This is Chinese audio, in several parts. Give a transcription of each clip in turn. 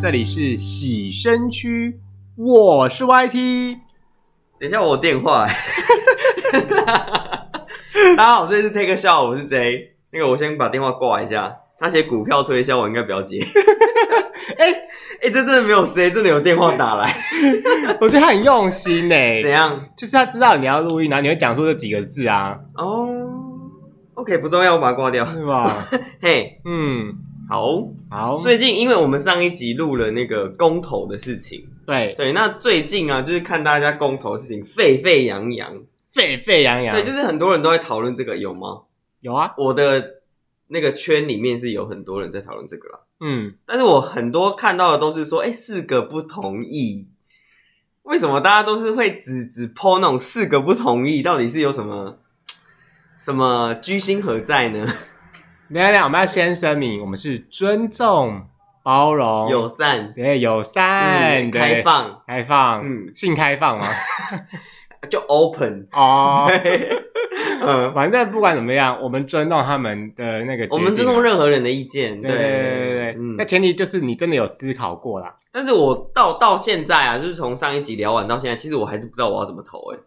这里是洗身区，我是 YT。等一下，我有电话。大家好，这里是 Take a Shot，我是 J。那个，我先把电话挂一下。他写股票推销，我应该不要接。 哎哎、这真的没有谁，真的有电话打来，我觉得他很用心呢、怎样？就是他知道你要录音，然后你会讲出这几个字啊，哦、o k 不重要，我把它挂掉。是 吧？嘿、嗯，好。好，最近，因为我们上一集录了那个公投的事情，对，对，那最近啊，就是看大家公投的事情沸沸扬扬，沸沸扬扬，对，就是很多人都在讨论这个，有吗？有啊，我的那个圈里面是有很多人在讨论这个啦，嗯，但是我很多看到的都是说，哎、四个不同意，为什么大家都是会只只抛那种四个不同意，到底是有什么什么居心何在呢？等一下等一下，我们要先声明，我们是尊重、包容、友善、对友善、嗯、哦对开、放，开放，嗯性开放 嘛。就 open，哦，嗯，反正不管怎么样，我们尊重他们的那个决定啊，我们尊重任何人的意见，对对对对对，嗯那。前提就是你真的有思考过啦。但是我到到现在啊，就是从上一集聊完到现在，其实我还是不知道我要怎么投哎、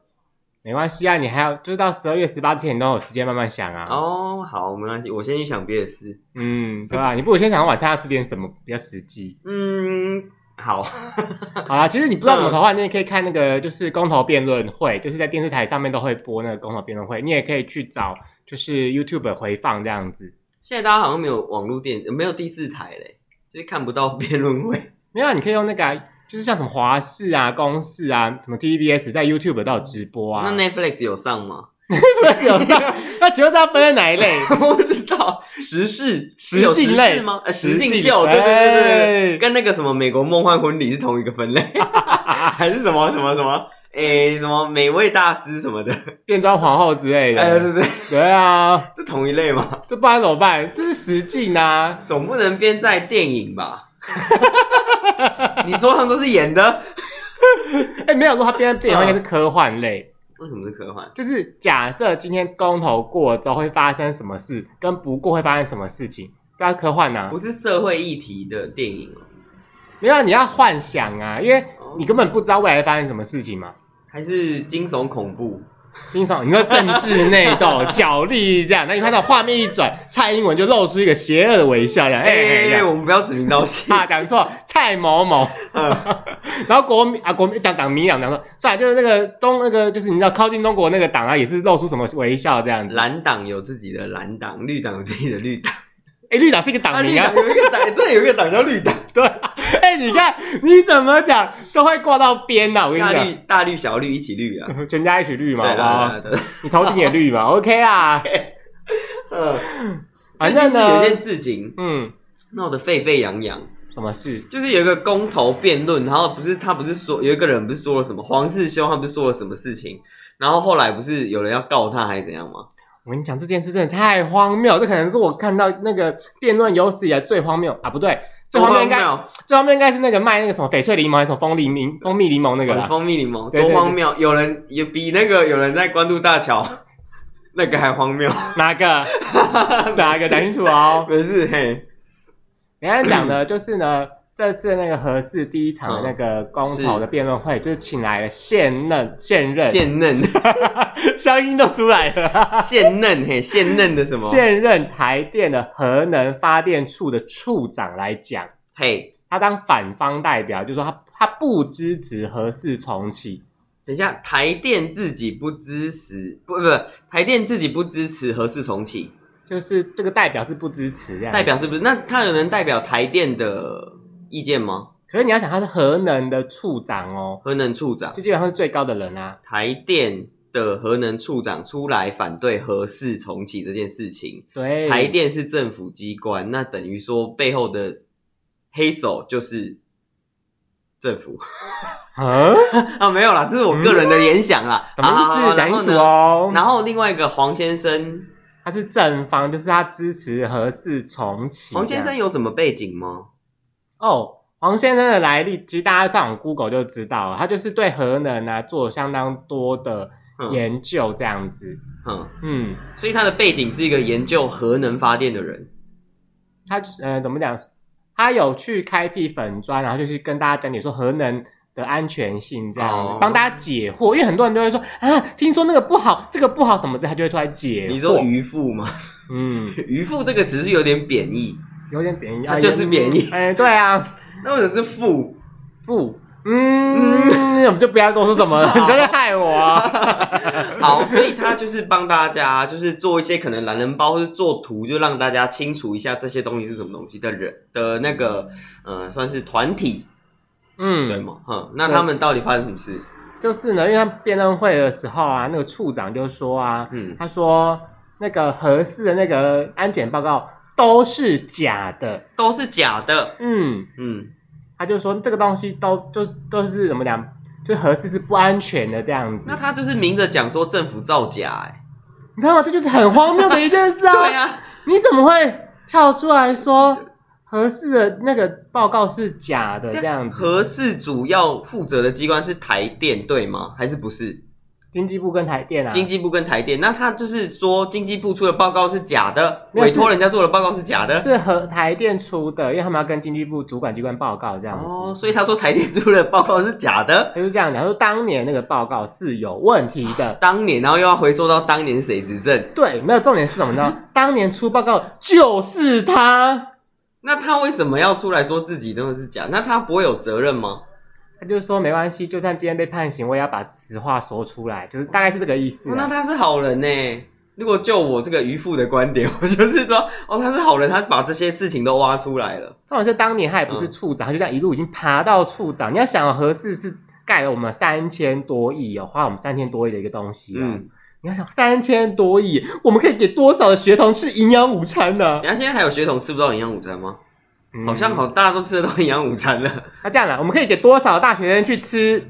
没关系啊，你还有就是到十二月十八之前，你都有时间慢慢想啊。哦，好，没关系，我先去想别的事。嗯，对吧？你不如先想晚餐要吃点什么比较实 际。嗯，好，嗯好啦，其实你不知道怎么投的话，你也可以看那个就是公投辩论会，就是在电视台上面都会播那个公投辩论会，你也可以去找就是 YouTube 回放这样子。现在大家好像没有网络电，没有第四台嘞，就是看不到辩论 会。没有啊，你可以用那个啊、就是像什么华视啊、公视啊、什么 TVBS 在 YouTube 都有直播啊。那 Netflix 有上吗？ 不是有上？那请问这要分在哪一类？我不知道，时事实有境时类事吗？呃，实境哎秀，对对对对对对，跟那个什么美国梦幻婚礼是同一个分类，还是什么什么什么？诶、什么美味大师什么的？变装皇后之类的。哎，对对对，对啊，这同一类吗？这不然怎么办？这是实境啊。总不能编在电影吧？ 你说他们都是演的，哎、没有说它变嗯成电影，它应该是科幻类。为什么是科幻？就是假设今天公投过了之后会发生什么事，跟不过会发生什么事情，都要科幻啊不。是社会议题的电影哦。没有，你要幻想啊，因为你根本不知道未来会发生什么事情嘛。还是惊悚恐怖，经常你说政治内斗、角力这样，那你看到画面一转，蔡英文就露出一个邪恶的微笑，这样，哎、哎、哎哎这样我们不要 指名道姓。啊，讲错，蔡某某，嗯 然后国民啊，国民党党民党党说，算了，就是那个中那个，就是你知道靠近中国那个党啊，也是露出什么微笑这样子。蓝党有自己的蓝党，绿党有自己的绿党。哎，绿党是一个党啊，绿名啊党，有一个党，对，有一个党叫绿党。 对啊。哎，你看你怎么讲都会挂到边啊呐、我跟大你绿、大绿、小绿一起绿啊。讲，全家一起绿嘛，对嗯好不好对对对。你头顶也绿 嘛，OK 啊，嗯，反正最近是有呢一，件事情嗯，闹得沸沸扬扬，什么事？就是有一个公投辩论，然后不是他不是说有一个人不是说了什么黄世修，他不是说了什么事情，然后后来不是有人要告他还是怎样吗？我跟你讲，这件事真的太荒谬，这可能是我看到那个辩论有史以来最荒谬啊！不对，最荒谬应该多荒谬最后面应该是那个卖那个什么翡翠柠檬还是什么蜂梨柠蜂蜜柠檬那个哦啦，蜂蜜柠檬对对多对荒谬！有人也比那个有人在关渡大桥 那个还荒谬。哪 个哪个讲清楚哦。没事嘿，人家讲的就是呢，这次那个合适第一场的那个公投的辩论会，就是请来了现任现任，现 嫩乡音都出来了，现嫩嘿现嫩的什么？现任台电的核能发电处的处长来讲，嘿，他当反方代表，就说他他不支持合适重启。等一下，台电自己不支持，不不不，台电自己不支持何氏重启，就是这个代表是不支持这样子，代表是不是？那他有能代表台电的意见吗？可是你要想，他是核能的处长哦，核能处长，就基本上是最高的人啊。台电的核能处长出来反对何氏重启这件事情，对，台电是政府机关，那等于说背后的黑手就是政府 嗯，啊，没有啦，这是我个人的联想啦，什么意啊思？讲清楚。好好哦好然后呢。然后另外一个黄先生，他是正方，就是他支持核四重启。黄先生有什么背景吗？哦，黄先生的来历，其实大家上网 Google 就知道了，他就是对核能啊做相当多的嗯研究这样子。嗯，嗯，所以他的背景是一个研究核能发电的人，他呃怎么讲？他有去开辟粉砖，然后就是跟大家讲解说核能的安全性，这样、哦帮大家解惑。因为很多人都会说啊，听说那个不好，这个不好什么之类，他就会出来解惑。你说渔夫吗？ 嗯，渔夫这个词是有点贬义，有点贬义，他啊就是贬义哎、对啊，那或者是富，不， 嗯，我们就不要多说什么了，你都在害我啊。好，所以他就是帮大家，就是做一些可能懒人包，或是做图，就让大家清楚一下这些东西是什么东西的人的那个，呃，算是团体对 嗯，吗？哼，那他们到底发生什么事？就是呢，因为他辩论会的时候啊，那个处长就说啊，嗯，他说那个合适的那个安检报告都是假的，都是假的。嗯，嗯，他就说这个东西都都都是怎么讲，就是合适是不安全的这样子那，他就是明着讲说政府造假、哎，你知道吗？这就是很荒谬的一件事 对啊！呀、你怎么会跳出来说合适的那个报告是假哦的这样子？核四主要负责的机关是台电，对吗？还是不是？经济部跟台电啊，经济部跟台电，那他就是说经济部出的报告是假的，没有委是托人家做的报告是假的。是和台电出的，因为他们要跟经济部主管机关报告这样哦，子。所以他说台电出的报告是假的。他就这样讲，他说当年那个报告是有问题的。 当年，然后又要回溯到当年谁执政，对，没有重点是什么呢？ 当年出报告就是他，那他为什么要出来说自己真的是假？那他不会有责任吗？他就说没关系，就算今天被判刑，我也要把实话说出来，就是大概是这个意思哦啊、那他是好人呢、如果就我这个渔夫的观点， 我就是说，哦，他是好人，他把这些事情都挖出来了。重点是当年他也不是处长，他就这样一路已经爬到处长。你要想，合适是盖了我们三千多亿哦，花我们三千多亿的一个东西、啊。嗯，你要想三千多亿，我们可以给多少的学童吃营养午餐呢、你看现在还有学童吃不到营养午餐吗？好像好。好，大家都吃得到营养午餐了，嗯那这样了，我们可以给多少大学生去吃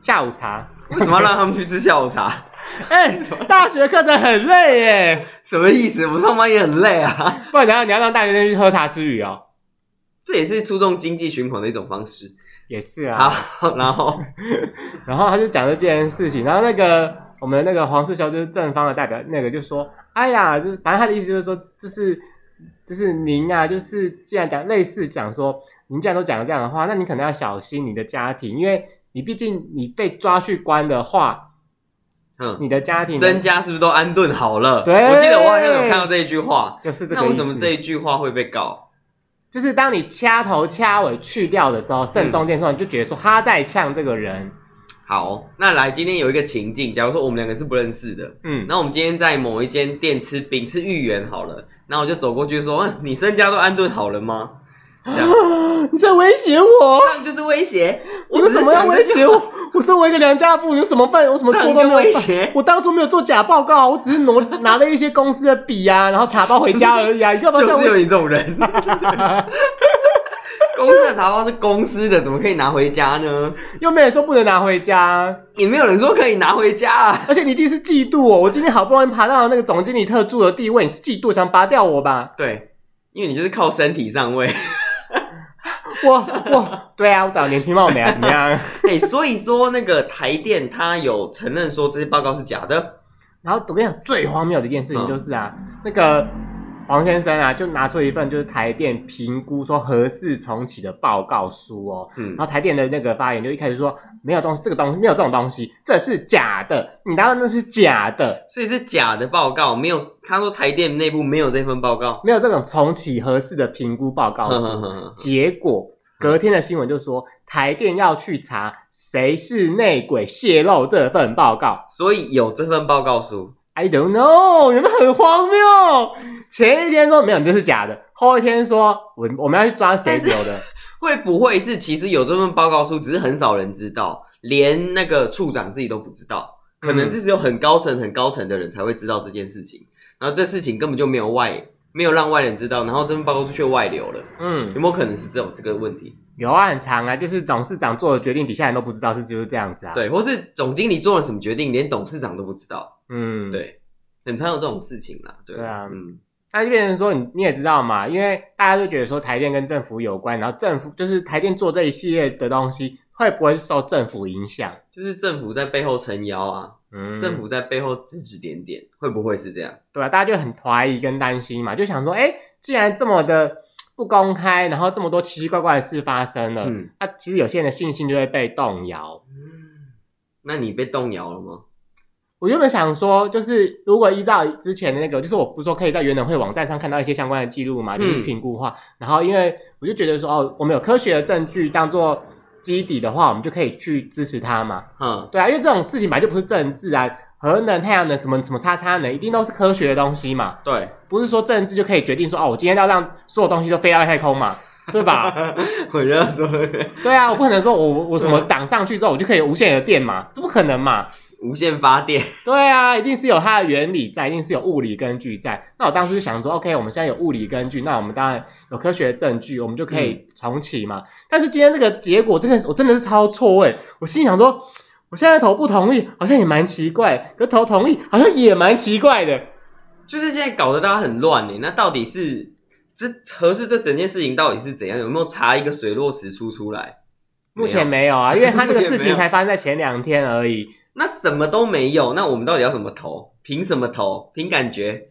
下午茶？为什么要让他们去吃下午茶？ 哎、大学课程很累耶，什么意思？我们上班也很累啊， 不然你要你要让大学生去喝茶吃鱼哦，这也是触动经济循环的一种方式。也是啊。好，然后，然后他就讲了这件事情，然后那个我们那个黄世修就是正方的代表，那个就说，哎呀，就是反正他的意思就是说，就是。就是您啊，就是既然讲类似讲说，您既然都讲了这样的话，那你可能要小心你的家庭，因为你毕竟你被抓去关的话，嗯，你的家庭身家是不是都安顿好了？对我记得我好像有看到这一句话。就是这个那意思。为什么这一句话会被告？就是当你掐头掐尾去掉的时候，剩嗯中间的时候，你就觉得说他在呛这个人，好，那来今天有一个情境，假如说我们两个是不认识的，嗯，那我们今天在某一间店吃饼吃芋圆好了，那我就走过去说：“嗯，你身家都安顿好了吗？”这样，你在威胁我，这样就是威胁。我你只为什是么要讲威这胁句话，我？我身为一个良家妇女，有什么办？我什么这错样都就没威有犯。胁。我当初没有做假报告啊，我只是 挪拿了一些公司的笔啊，然后查包回家而已啊。你干嘛这就样是有威胁？你这种人， 公司的茶包是公司的，怎么可以拿回家呢？又没人说不能拿回家，啊也没有人说可以拿回家啊。而且你一定是嫉妒我。我今天好不容易爬到那个总经理特助的地位，你是嫉妒想拔掉我吧？对，因为你就是靠身体上位。我我对啊，我长得年轻貌美啊，怎么样？ 哎、所以说那个台电他有承认说这些报告是假的，然后我跟你讲，最荒谬的一件事情就是啊，那个黄先生啊，就拿出一份就是台电评估说合适重启的报告书哦。嗯然，后台电的那个发言就一开始说没有东西，这个东西没有这种东西，这是假的，你拿到那是假的，所以是假的报告，没有。他说台电内部没有这份报告。没有这种重启合适的评估报告呵书。呵呵 结果隔天的新闻就说台电要去查谁是内鬼泄露这份报告。所以有这份报告书， I don't know，你们很荒谬。前一天说没有，你这是假的；后一天说我我们要去抓谁但是留的，嗯会不会是其实有这份报告书，只是很少人知道，连那个处长自己都不知道，可嗯能这只有很高层、很高层的人才会知道这件事情。然后这事情根本就没有外，没有让外人知道，然后这份报告书却外流了，有嗯，没有可能是这种这个问题？有啊，很长啊，就是董事长做的决定，底下人都不知道是就是这样子啊。，对，或是总经理做了什么决定，连董事长都不知道，嗯，。对，很常有这种事情啦，对对啊嗯，那就变成说你你也知道嘛，因为大家都觉得说台电跟政府有关，然后政府就是台电做这一系列的东西，会不会受政府影响？就是政府在背后撑腰啊，嗯，政府在背后指指点点，会不会是这样？对啊，大家就很怀疑跟担心嘛，就想说，哎，既然这么的不公开，然后这么多奇奇怪怪的事发生了，嗯，那、其实有些人的信心就会被动摇。那你被动摇了吗？我原本想说，就是如果依照之前的那个，就是我不是说可以在原能会网站上看到一些相关的记录嘛，就是去评估的话，然后因为我就觉得说，哦，我们有科学的证据当做基底的话，我们就可以去支持它嘛。哼，对啊，因为这种事情本来就不是政治啊，核能、太阳能什么什么叉叉能，一定都是科学的东西嘛，对， 不是说政治就可以决定说哦，我今天要让所有东西都飞到太空嘛， 对吧？我觉得说对啊，我不可能说我我我什么挡上去之后我就可以无限的电嘛，这不可能嘛。无限发电，对啊，一定是有它的原理在，一定是有物理根据在。那我当时就想说，OK，我们现在有物理根据，那我们当然有科学证据，我们就可以重启嘛。但是今天这个结果，真的是我真的是超错位，我心想说，我现在投不同意，好像也蛮奇怪；可投同意，好像也蛮奇怪的。就是现在搞得大家很乱欸呢。那到底是这合适这整件事情到底是怎样？有没有查一个水落石出出来？目前没有没有啊，因为他这个事目前没情有才发生在前两天而已。那什么都没有，那我们到底要怎么投？凭什么投？凭感觉？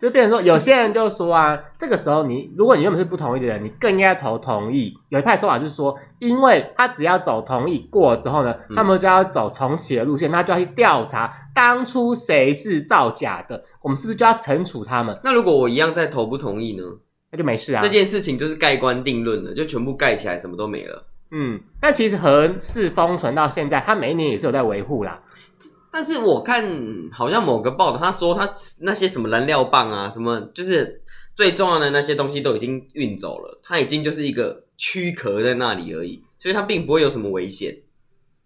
就变成说，有些人就说啊，这个时候你如果你原本是不同意的人，你更应该投同意。有一派说法是说，因为他只要走同意过之后呢，嗯他们就要走重启的路线，那就要去调查当初谁是造假的，我们是不是就要惩处他们？那如果我一样再投不同意呢？那就没事啊这。件事情就是盖棺定论了，就全部盖起来，什么都没了。嗯，但其实核是封存到现在，他每一年也是有在维护啦。但是我看好像某个报道，他说他那些什么燃料棒啊，什么就是最重要的那些东西都已经运走了，它已经就是一个躯壳在那里而已，所以它并不会有什么危险，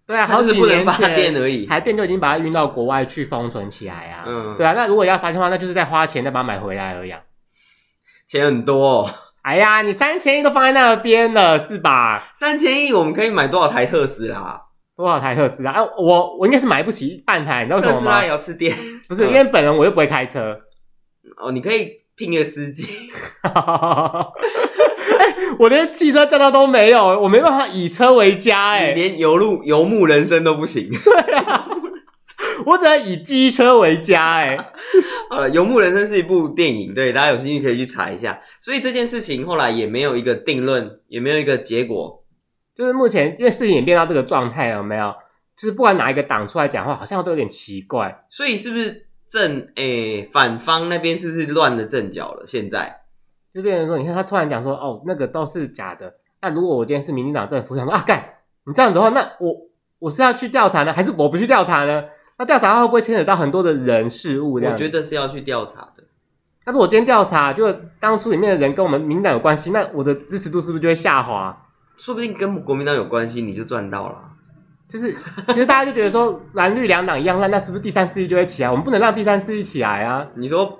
对啊，它好就是几不能年发电前而已。台电就已经把它运到国外去封存起来啊。嗯对啊，那如果要发电的话，那就是再花钱再把它买回来而已、啊。钱很多、哦，哎呀，你三千亿都放在那边了，是吧？三千亿我们可以买多少台特斯拉？多少台特斯拉？哎、我我应该是买不起半台，你知道为特什么斯拉吗也？要吃电不是，嗯因为本人我又不会开车。 哦，你可以聘个司机。哎我连汽车驾照都没有，我没办法以车为家、你哎，连游路游牧人生都不行。我只能以机车为家、哎，好了，呃《游牧人生》是一部电影，对大家有兴趣可以去查一下。所以这件事情后来也没有一个定论，也没有一个结果。就是目前因为事情演变到这个状态了，有没有？就是不管哪一个党出来讲话，好像都有点奇怪。所以是不是正诶、反方那边是不是乱了阵脚了？现在就变成说，你看他突然讲说，哦，那个都是假的。那如果我今天是民进党政府，我想说啊，干你这样子的话，那我我是要去调查呢，还是我不去调查呢？那调查会不会牵扯到很多的人事物？这样我觉，得是要去调查的。但是我今天调查，就当初里面的人跟我们民进党有关系，那我的支持度是不是就会下滑？说不定跟国民党有关系，你就赚到了。就是，其实大家就觉得说蓝绿两党一样烂，那是不是第三势力就会起来？我们不能让第三势力起来啊，你说，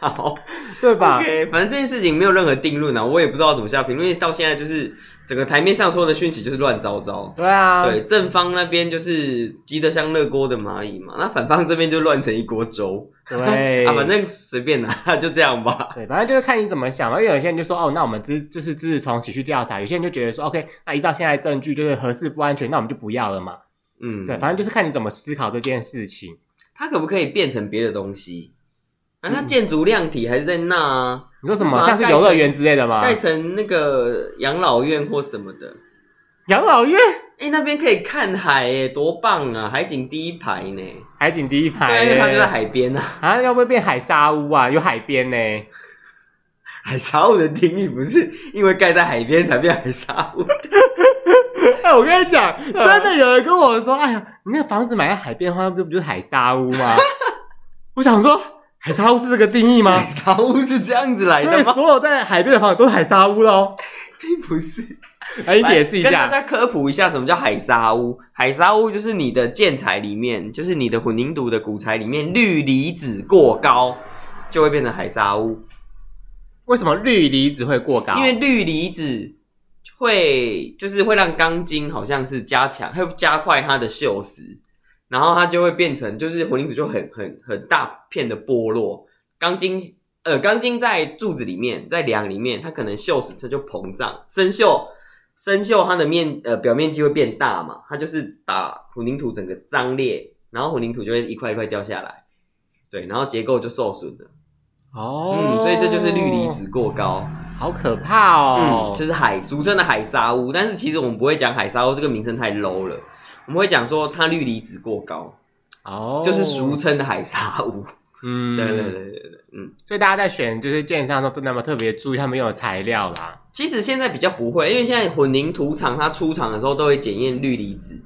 好对吧 OK，反正这件事情没有任何定论啊，我也不知道怎么下评论，因为到现在就是整个台面上说的讯息就是乱糟糟。对啊，对，正方那边就是急得像热锅的蚂蚁嘛，那反方这边就乱成一锅粥。对 啊，反正随便啦， 就这样吧。 对，反正就是看你怎么想嘛。因为有些人就说，哦，那我们支就是支持重启去调查；有些人就觉得说，OK，那依照现在的证据就是合适不安全，那我们就不要了嘛。嗯，对，反正就是看你怎么思考这件事情。它可不可以变成别的东西？啊，嗯它建筑量体还是在那啊，你说什那么把它像是游乐园之类的吗？盖成那个养老院或什么的。养老院哎、那边可以看海耶，多棒啊！海景第一排呢，海景第一排对，因为耶，它就在海边啊。 啊，要不会变海沙屋啊？有海边呢，海沙屋的定义不是因为盖在海边才变海沙屋， 哎、我跟你讲，嗯真的有人跟我说：“哎呀，你那房子买在海边的话，那不就是海沙屋吗？” 我想说，海沙屋是这个定义吗 海？沙屋是这样子来所以的吗？所有在海边的房子都是海沙屋喽。并不是。来，你解释一来跟大下。家科普一下什么叫海沙屋。海沙屋就是你的建材里面，就是你的混凝土的骨材里面氯离子过高，就会变成海沙屋。为什么氯离子会过高？因为氯离子会就是会让钢筋好像是加强，会加快它的锈蚀，然后它就会变成就是混凝土就很很很大片的剥落，钢筋。呃，钢筋在柱子里面，在梁里面，它可能锈蚀，它就膨胀，生锈，生锈它的面呃表面积会变大嘛，它就是把混凝土整个张裂，然后混凝土就会一块一块掉下来，对，然后结构就受损了。哦，嗯，所以这就是氯离，子过高。好可怕哦嗯，。就是海俗称的海沙屋，但是其实我们不会讲海沙屋这个名称太 low 了，我们会讲说它氯离子过高，哦，嗯就是俗，称的海沙屋。嗯，对对对对对。所以大家在选就是建商的时候，真的要特别注意他们用的材料啦。其实现在比较不会，因为现在混凝土厂它出厂的时候都会检验氯离子，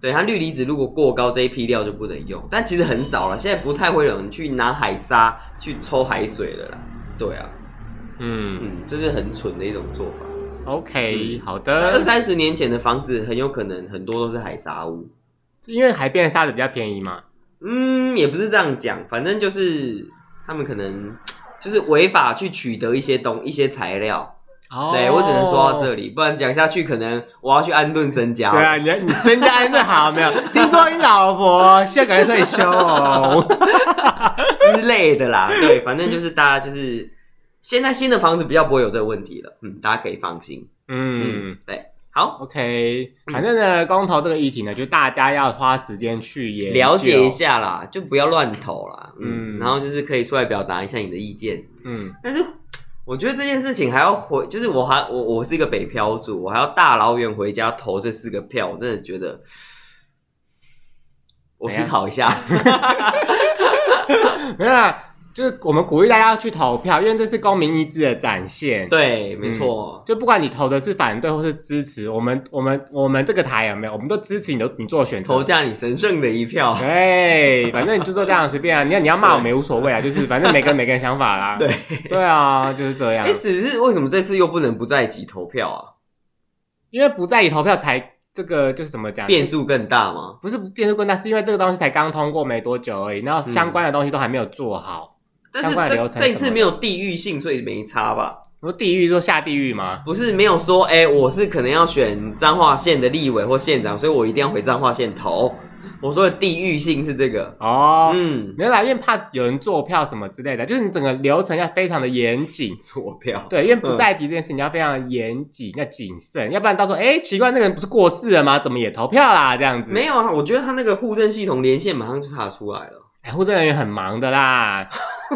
对它氯离子如果过高，这一批料就不能用。但其实很少了，现在不太会有人去拿海沙去抽海水了啦。对啊，嗯嗯，这是很蠢的一种做法。 ，OK，好二 的，三十年前的房子很有可能很多都是海沙屋。因为海边的沙子比较便宜嘛。嗯，也不是这样讲，反正就是他们可能就是违法去取得一些东一些材料。哦对我只能说到这里，不然讲下去可能我要去安顿身家了。对啊，你你身家真的好没有？听说你老婆现在感觉退休 哦。之类的啦。对，反正就是大家就是现在新的房子比较不会有这个问题了，嗯，大家可以放心。嗯对，好， ，OK，反正呢，公投这个议题呢，就大家要花时间去研究了解一。下啦，就不要乱投啦，嗯，嗯然后就是可以出来表达一下你的意见。嗯，但是我觉得这件事情还要回，就是我还我我是一个北漂族，我还要大老远回家投这四个票，我真的觉得。我思考 一下，没有啦，就是我们鼓励大家去投票，因为这是公民意志的展现。，对，没错，就不管你投的是反对或是支持，我们我们我们这个台有没有，我们都支持你的你做选择投。下你神圣的一票。嗯对，反正你就做这样随便啊，你要你要骂我们也无所谓啊，就是反正每个人每个人想法啦。 对，对啊，就是这样哎，。只是为什么这次又不能不在籍投票啊？因为不在意投票才这个就是怎么讲就变是数更大吗？不是变数更大，是因为这个东西才刚通过没多久而已，然后嗯相关的东西都还没有做好。但是相关的这流程这一什次么没有地域性，所以没差吧？你说地狱说下地狱吗？不是没有说，哎、我是可能要选彰化县的立委或县长，所以我一定要回彰化县投。我说的地域性是这个，哦，嗯，没有啦，因为怕有人做票什么之类的，就是你整个流程要非常的严谨。错票，对，因为不在籍这件事情要非常严谨、要谨慎，要不然到时候哎，奇怪，那个人不是过世了吗？怎么也投票啦？这样子，没有啊，我觉得他那个户政系统连线马上就查出来了， 哎，护政人员很忙的啦。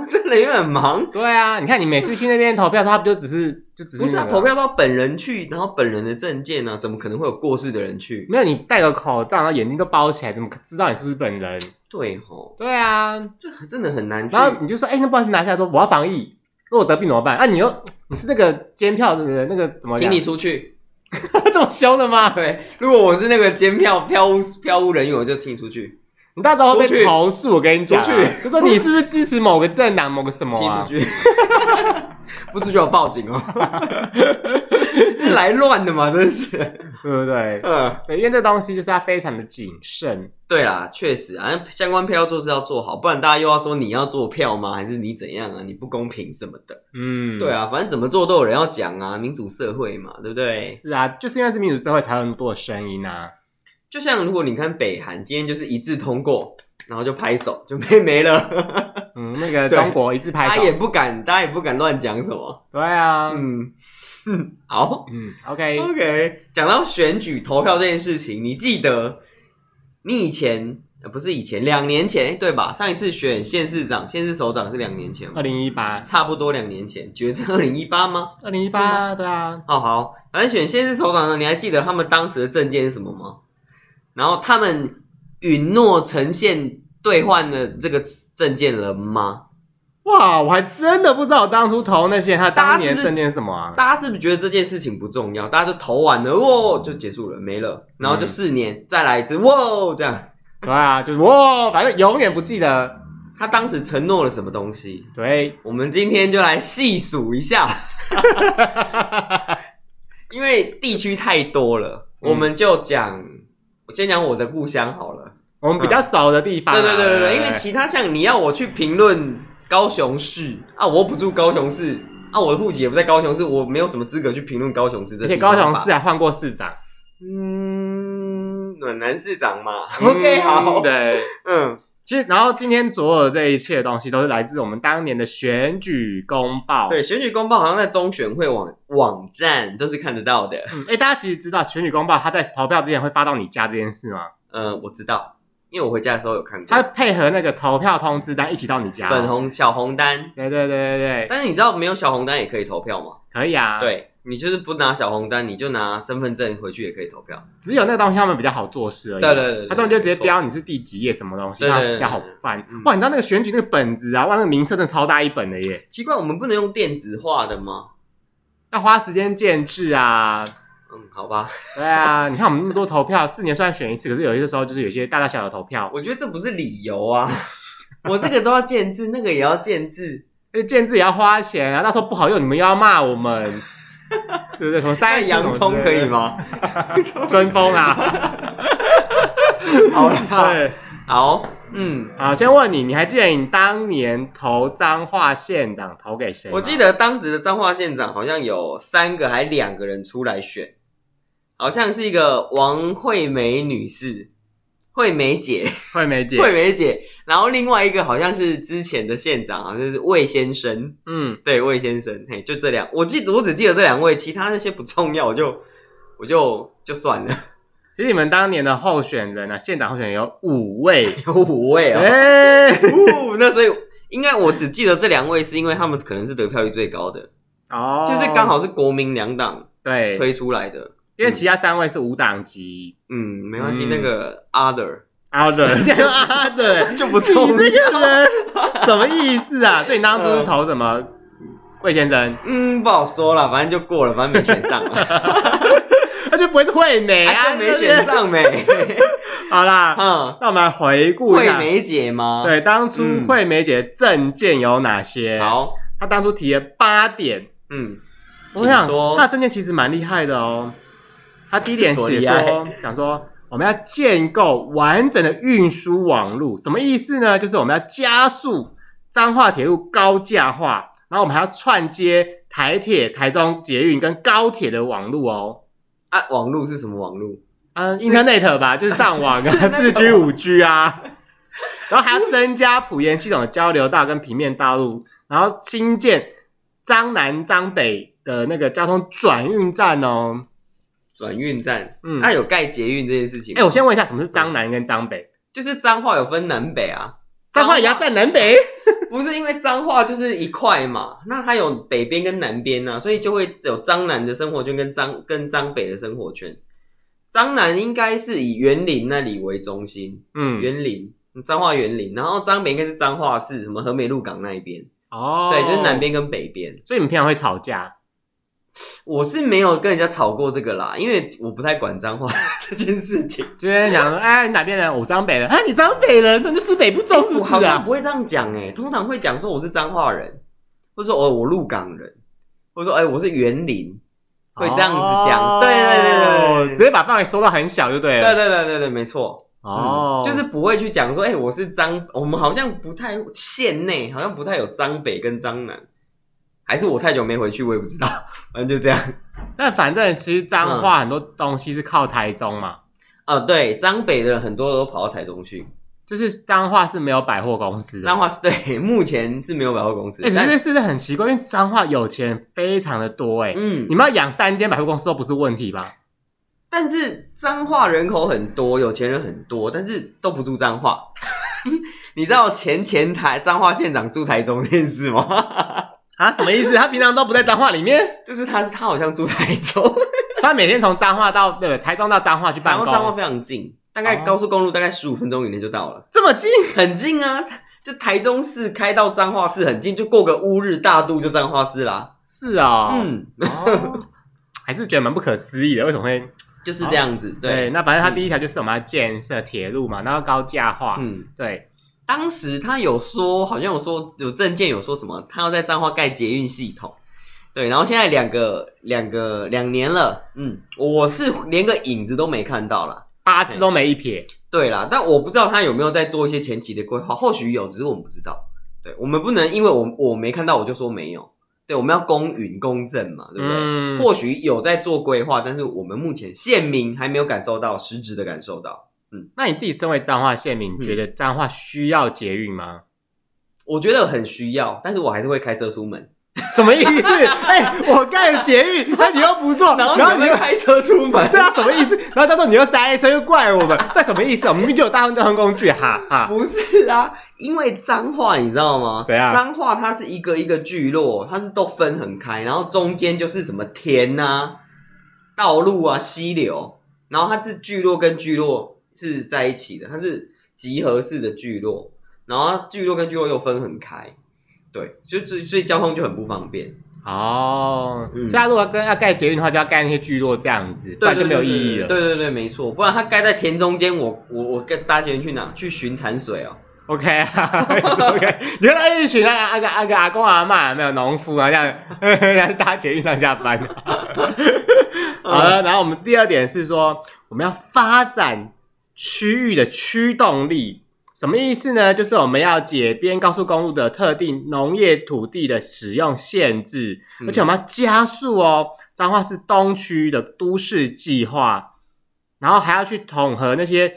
这人员很忙，对啊，你看你每次去那边投票的时候，他不就只是就只是不是那啊，个投票到本人去，然后本人的证件呢、啊，怎么可能会有过世的人去？没有，你戴个口罩，然后眼睛都包起来，怎么知道你是不是本人？对吼，对啊，这真的很难去然。后你就说，哎、那不好意思，拿下来说我要防疫，如果我得病怎么办？啊，你又你是那个监票的人，那个怎么请讲？你出去。 这么凶的吗？对，如果我是那个监票票务票务人员，我就请你出去，你到时候会出去被投诉，我跟你讲、啊出去，就说你是不是支持某个政党、某个什么 踢啊出？去，不出去我报警哦。 是来乱的嘛，真是。对不对？嗯，对，因为这东西就是要非常的谨慎。对啦，确实啊，相关票做是要做好，不然大家又要说你要做票吗？还是你怎样啊？你不公平什么的。嗯，对，啊，反正怎么做都有人要讲啊，民主社会嘛，对不对？是啊，就是因为是民主社会才有那么多的声音啊。就像如果你看北韩今天就是一致通过，然后就拍手就没没了，嗯，那个对中国一字大拍家手也，不敢，大家也不敢乱讲什么。对啊，嗯嗯， 嗯好。 ，OK， OK，讲到选举投票这件事情，你记得你以前呃不是以前两年前对吧？上一次选县市长、县市首长是两年前二吗？零一八，差不多两年前，决战二零一八吗？二零一是吗八，对啊，哦好，反正选县市首长呢，你还记得他们当时的政见是什么吗？然后他们允诺呈现兑换的这个证件了吗？哇，我还真的不知道我当初投那些他大当家是年不是证件是什么啊？大家是不是觉得这件事情不重要？大家就投完了，哇，就结束了，没了，然后就嗯四年、再来一次，哇，这样。对啊，就是哇，反正永远不记得。他当时承诺了什么东西？对，我们今天就来细数一下， 因为地区太多了，嗯我们就讲，我先讲我的故乡好了。我们比较熟的地方啊、对对对对对，因为其他像你要我去评论高雄市啊，我又不住高雄市啊，我的户籍也不在高雄市，我没有什么资格去评论高雄市这而且地方高吧雄市，啊还换过市长。嗯，暖男市长 嘛。OK，好嗯，对。嗯，其实，然后今天所有这一切的东西，都是来自我们当年的选举公报。对，选举公报好像在中选会网网站都是看得到的。嗯嗯，哎，大家其实知道选举公报，它在投票之前会发到你家这件事吗？呃，我知道，因为我回家的时候有看它过配合那个投票通知单一起到你家、粉。红小红单，对对对对对，但是你知道没有小红单也可以投票吗？可以啊。，对你就是不拿小红单，你就拿身份证回去也可以投票。只有那个东西他们比较好做事而已。对对对对他们就直接没错标你是第几页什么东西，对对那对比较好办嗯。哇，你知道那个选举那个本子啊，哇，那个名册真的超大一本的耶，奇怪，我们不能用电子化的吗？要花时间建制啊。嗯，好吧，对啊，你看我们那么多投票，四年虽然选一次，可是有些时候就是有一些大大小小的投票，我觉得这不是理由啊， 我这个都要建制，那个也要建制，而且建制也要花钱啊。那时候不好用，你们又要骂我 们，对不对？什么那三洋葱可以？吗？春风啊， 好啦， 对。好，嗯。好，先问你，你还记得你当年投彰化县长投给谁吗？我记得当时的彰化县长好像有三个还两个人出来选，好像是一个王惠美女士，惠美姐，惠美姐，惠美姐，然后另外一个好像是之前的县长，好像是魏先生，嗯，对，魏先生，嘿，就这两，我记我只记得这两位，其他那些不重要，我就我就就算了，其实你们当年的候选人啊，县长候选人有五位，有五位 哦，哎、哦那所以应该我只记得这两位，是因为他们可能是得票率最高的，哦，就是刚好是国民两党对，推出来的。因为其他三位是无党籍。嗯，没关系，嗯那个 other 啊的，啊的， 就不你重这要。个人什么意思啊？所以你当初是投什呃么？魏先生， 嗯，不好说了，反正就过了，反正没选上 了，那就不会是惠美啊，啊就没选对上没。不对。好啦， 嗯，那我们来回顾一惠下，美姐吗？，对当初嗯惠美姐的政见有哪些？好，他当初提了八点，嗯，我想请说那证件其实蛮厉害的哦。他第一点多写厉害说，想说我们要建构完整的运输网路，什么意思呢？就是我们要加速彰化铁路高架化，然后我们还要串接台铁、台中捷运跟高铁的网路哦。啊，网路是什么网路？嗯，Internet 吧，就是上网 啊，四 G、五 G 啊，然后还要增加浦沿系统的交流道跟平面道路，然后新建彰南、彰北的那个交通转运站哦。转运站，嗯，那哎、有盖捷运这件事情吗？我先问一下，什么是彰南跟彰北？就是彰化有分南北啊， 彰化也要在南北？不是因为彰化就是一块嘛，那它有北边跟南边啊呐、所以就会有彰南的生活圈跟彰跟彰北的生活圈。彰南应该是以园林那里为中心，嗯，园林，彰化园林，然后彰北应该是彰化市什么和美路港那一边，哦，对，就是南。边跟北边。所以你们平常会吵架？我是没有跟人家吵过这个啦，因为我不太管彰化 这件事情，就是讲说，哎，你哪边人？我彰 北人啊，你彰北人，那就是北不中，是我不好是像啊？不会这样讲诶、通常会讲说我是彰化人，或者说哦我鹿港人，或者说哎、我是园林， 会这样子讲，哦对对对对直对。接把范围缩到很小就对了。对对对对对，没错，嗯哦，就是不会去讲说，哎、我是彰，我们好像不太县内，好像不太有彰北跟彰南，还是我太久没回去，我也不知道， 反正就这样。但反正其实彰嗯化很多东西是靠台中嘛，哦，对，彰北的人很多都跑到台中去。就是彰化是没有百货公司的。彰化是对，目前是没有百货公司，哎、但这件事是很奇怪，因为彰化有钱人非常的多哎、嗯你，们要养三间百货公司都不是问题吧？但是彰化人口很多，有钱人很多，但是都不住彰化。 你知道前前台彰化县长住台中这件事吗？ 啊，什么意思？他平常都不在彰化里面， 就是他，他好像住台中，所以他每天从彰化到对台中到彰化去然办后彰化公，非常近，大概哦高速公路大概十五分钟以内就到了。这么近，很近啊，就台中市开到彰化市很近，就过个乌日大渡就彰化市啦。是哦，嗯，哦 还是觉得蛮不可思议的，为什么会？就是这样子。对，那反正他第一条就是我们要建设铁路嘛，然后高架化，嗯，对，当时他有说，好像有说有证件有说什么，他要在彰化盖捷运系统。对，然后现在两个两个两年了，嗯，我是连个影子都没看到啦。八字都没一撇，对啦，但我不知道他有没有在做一些前期的规划，或许有，只是我们不知道。对，我们不能因为我我没看到我就说没有，对，我们要公允公正嘛，对不对？嗯或许有在做规划，但是我们目前县民还没有感受到实质的感受到。那你自己身为彰化县民，你嗯觉得彰化需要捷运吗？ 我觉得很需要，但是我还是会开车出门。什么意 思？哎、我盖了捷运，那你又不做，然后然后你你们又开车出门，对啊，什么意思？然后他说你又塞车，又怪我们， 这什么意思？我们明明就有大众交通工具，哈哈。 不是啊，因为脏话你知道吗？怎样脏话它是一个一个聚落，它是都分很开，然后中间就是什么田啊、道路啊、溪流，然后它是聚落跟聚落是在一起的，它是集合式的聚落，然后它聚落跟聚落又分很开，对，就所以所以交通就很不方便。哦，嗯所以他如果要跟要盖捷运的话，就要盖那些聚落这样子，不对然对就对没有意义了。对对对，没错，不然它盖在田中间，我我我跟搭捷运去哪？去寻产水哦。 OK 啊，OK，原来一群那个那个那个阿公阿妈没有农夫啊，这样 这样搭捷运上下班。好了，然后我们第二点是说，我们要发展区域的驱动力。什么意思呢？就是我们要解编高速公路的特定农业土地的使用限制，嗯而且我们要加速哦。彰化市东区的都市计划，然后还要去统合那些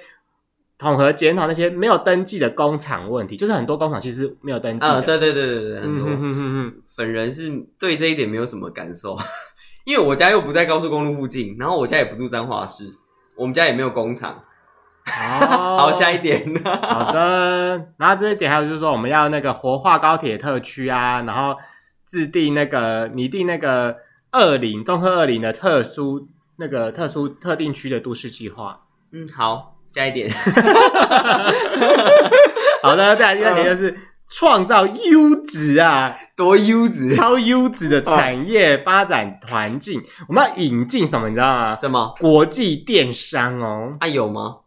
统合检讨那些没有登记的工厂问题，就是很多工厂其实没有登记的。啊，对对对对对，嗯很多。哼哼哼 本人是对这一点没有什么感受，因为我家又不在高速公路附近，然后我家也不住彰化市，我们家也没有工厂。哼，哦，好，下一点 呢？好的，然后这一点还有就是说，我们要那个活化高铁特区啊，然后制定那个拟定那个二零综合二零的特殊那个特殊特定区的都市计划。嗯，好，下一点。 好的，再来第二点就是嗯创造优质 啊，多优质？超优质的产业发展环境。我们要引进什么，你知道吗？什么？国际电商哦啊，有吗？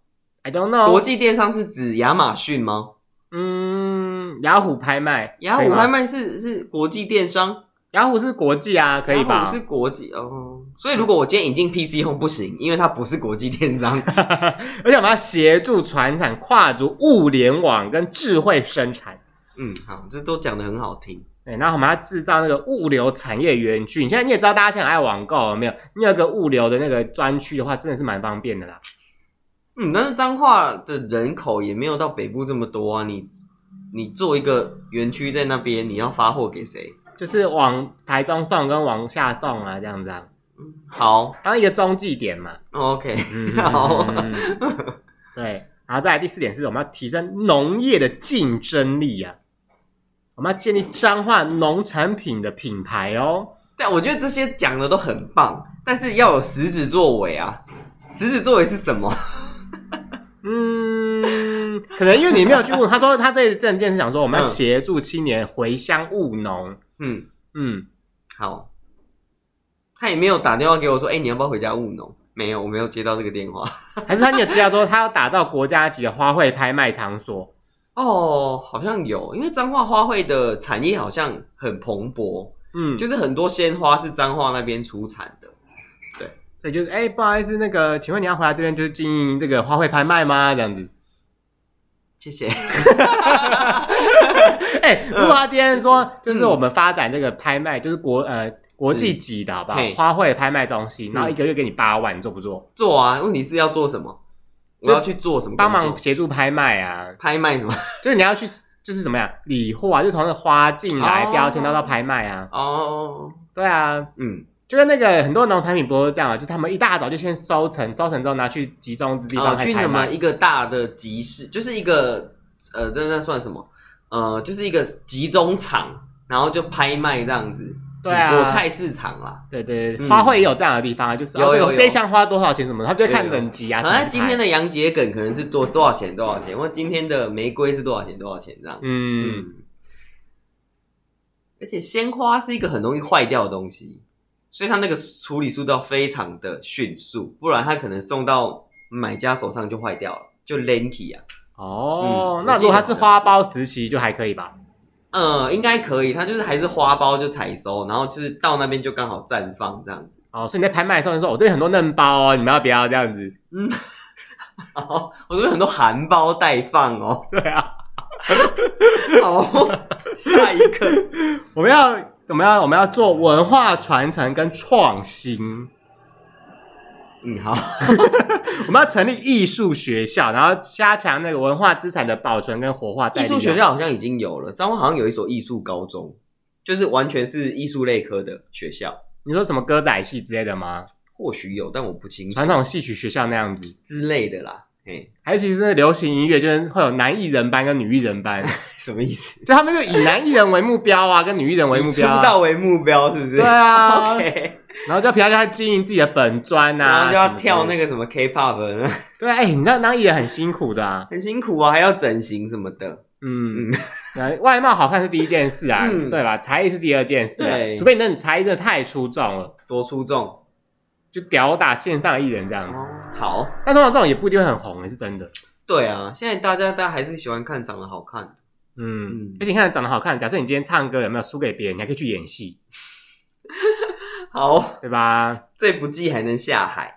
，I don't 国 know，际电商是指亚马逊吗？嗯，雅虎拍卖，雅可以虎吗拍，卖是是国际电商，雅虎是国际啊，可以雅吧虎？是国际哦，所以如果我今天引进 PC Home 不行，因为它不是国际电商。 而且我们要协助船产跨足物联网跟智慧生产。嗯，好，这都讲的很好听。对，然后我们要制造那个物流产业园区。你现在你也知道，大家现在很爱网购，有没有？你有个物流的那个专区的话，真的是蛮方便的啦。嗯，但是彰化的人口也没有到北部这么多啊。你你做一个园区在那边，你要发货给谁？就是往台中送跟往下送啊，这样子啊，好哦当一个中继点嘛。 ，OK， 嗯好，对，然后再来第四点是我们要提升农业的竞争力啊，我们要建立彰化农产品的品牌哦。但我觉得这些讲的都很棒，但是要有实质作为啊。实质作为是什么？ 嗯， 可能因为你没有去问，他说他对这件事想说，我们要嗯协助青年回乡务农。嗯，嗯，好。他也没有打电话给我说，哎、你要不要回家务农？没有，我没有接到这个电话。还是他你有知道说他要打造国家级的花卉拍卖场所？哦，好像有，因为彰化花卉的产业好像很蓬勃，嗯，就就是很多鲜花是彰化那边出产的。所以就是哎、不好意思，那个，请问你要回来这边就是经营这个花卉拍卖吗？这样子。谢谢。 哎、如果他今天说，就是嗯我们发展这个拍卖，就是国呃国际级的好不好嘿？花卉拍卖中心，嗯然后一个月给你八万，你做不做？做啊，问题是要做什么？就我要去做什么工作？帮忙协助拍卖啊，拍卖什么？就是你要去，就是怎么样理货啊，就从那花进来、哦标签到到拍卖啊，哦，对啊。嗯，就跟那个很多农产品不都是这样啊嘛，就是他们一大早就先收成，收成之后拿哦去集中的地啊、方呃，来去拍什么卖。一个大的集市，就是一个呃，这那算什么？呃，就是一个集中场，然后就拍卖这样子。对啊嗯果菜市场啦。对对对，嗯花卉也有这样的地方啊，就是有哦这有个有这一项花多少钱什么的，他们就会看有有等级啊。好像成今天的的杨桔梗可能是多多少钱多少钱，或今天的玫瑰是多少钱多少钱这样。嗯，嗯，而且鲜花是一个很容易坏掉的东西，所以它那个处理速度要非常的迅速，不然它可能送到买家手上就坏掉了，就 lenky 啊。哦嗯，那我如记果它得好是像花是苞时期就还可以吧？嗯，应该可以，它就是还是花苞就采收，然后就是到那边就刚好绽放这样子。 哦，所以你在拍卖的时候，你说我这里很多嫩包哦，你们要不要这样子？哦，我这边很多含苞待放哦。对啊，好，下一个，我们要我们要我们要做文化传承跟创新，嗯，好，我们要成立艺术学校，然后加强那个文化资产的保存跟活化再艺利用。术学校好像已经有了，彰化好像有一所艺术高中，就是完全是艺术类科的学校，你说什么歌仔戏之类的吗？或许有，但我不清楚传统戏曲学啊校那样子，之类的啦。嘿， 还是其实那流行音乐就是会有男艺人班跟女艺人班，什么意思？就他们就以男艺人为目标 啊，跟女艺人为目以出标啊、道为目标是不是？对啊 OK，然后就平常就在经营自己的本专啊，然后就要个。跳那个什么 K-pop，对，哎、你知道当艺人很辛苦的啊， 很辛苦啊，还要整形什么的。嗯，呃外貌好看是第一件事啊，嗯对吧？才艺是第二件事、啊对，除非你那你才艺真的太出众了，多出众就吊打线上艺人这哦样子。好，但通常这种也不一定会很红，是真的。对啊，现在大家大家还是喜欢看长得好看的。嗯嗯，而且你看长得好看，假设你今天唱歌有没有输给别人，你还可以去演戏，好，对吧？ 最不济还能下海。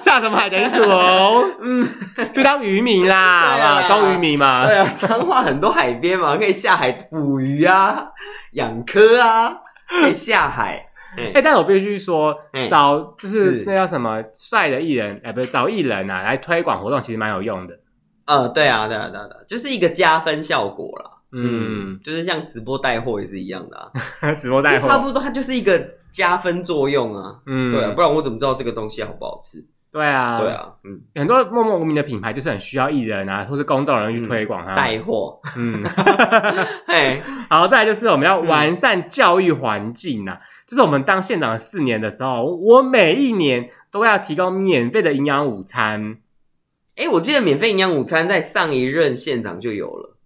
下什么海等主哦， 嗯，去当渔民啦，好 对不啊好？招渔民嘛对。啊，彰化很多海边嘛，可以下海捕鱼啊，养科啊，可以下海。哎、 哎、但我必须说嗯，找就是是那叫什么帅的艺人，哎、不是找艺人啊，来推广活动其实蛮有用的。呃，对啊，对啊，对啊，对啊就是一个加分效果啦。嗯，就是像直播带货也是一样的啊， 直播带就差货，不多，它就是一个加分作用啊。嗯，对啊，不然我怎么知道这个东西好不好吃？对啊，对，啊，嗯，很多默默无名的品牌就是很需要艺人啊，或是公众人物去推广它。嗯带货， 嗯，嘿，好，再来就是我们嗯要完善教育环境呐、啊，就是我们当县长的四年的时候，我每一年都要提供免费的营养午餐。哎、我记得免费营养午餐在上一任县长就有了，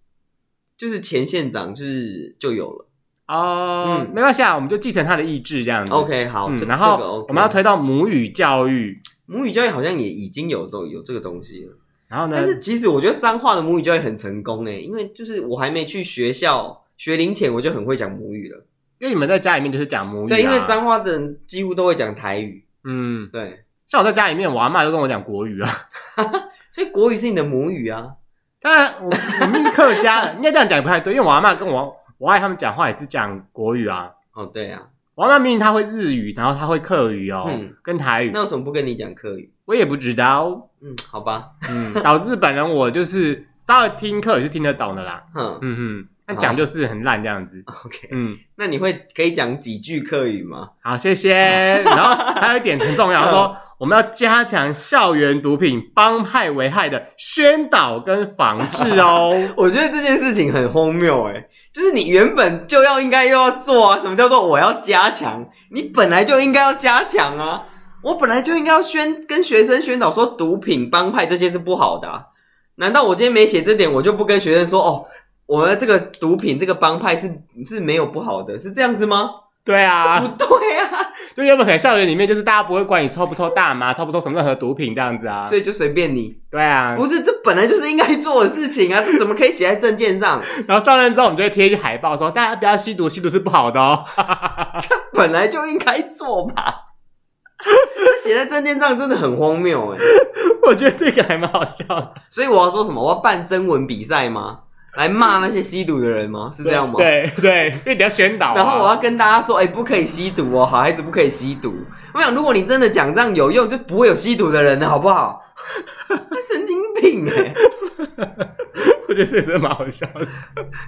就是前县长就是就有了。哦、嗯没关系啊，我们就继承他的意志这样子。 OK，好，嗯这，然这个 OK 后我们要推动母语教育，母语教育好像也已经有都有这个东西了，然后呢，但是其实我觉得彰化的母语教育很成功诶，因为就是我还没去学校学龄前我就很会讲母语了，因为你们在家里面就是讲母语、啊，对，因为彰化的人几乎都会讲台语，嗯，对，像我在家里面，我阿妈都跟我讲国语啊。所以国语是你的母语啊，当然，我我们是客家人，应该这样讲也不太对，因为我阿妈跟我我爱他们讲话也是讲国语啊。哦对啊，我阿妈明明她会日语，然后她会客语哦，嗯跟台语，那为什么不跟你讲客语？我也不知道。嗯，好吧，嗯，导致本人我就是稍微听课也是听得懂的啦。哼嗯嗯，但哦讲就是很烂这样子。 ，OK，嗯，那你会可以讲几句客语吗？好，谢 谢。然后还有一点很重要，他嗯说我们要加强校园毒品帮派危害的宣导跟防治 哦。我觉得这件事情很荒谬哎、就是你原本就要应该又要做啊，什么叫做我要加强？你本来就应该要加强啊，我本来就应该要宣跟学生宣导说毒品帮派这些是不好的、啊，难道我今天没写这点，我就不跟学生说哦？我们这个毒品这个帮派是是没有不好的，是这样子吗？对啊，不对啊， 就原本可能校园里面就是大家不会管你抽不抽大麻、抽不抽什么任何毒品这样子啊。所以就随便你，对啊，不是这本来就是应该做的事情啊，这怎么可以写在证件上？然后上任之后，我们就会贴一些海报说大家不要吸毒，吸毒是不好的哦。 本来就应该做吧。 这写在证件上真的很荒谬哎，我觉得这个还蛮好笑的，所以我要做什么？我要办征文比赛吗？来骂那些吸毒的人吗？是这样吗？。对对，因为你要宣导啊、然后我要跟大家说，哎、不可以吸毒哦，好孩子不可以吸毒。我想，如果你真的讲这样有用，就不会有吸毒的人了，好不好？ 神经病哎！我觉得这是蛮好笑的。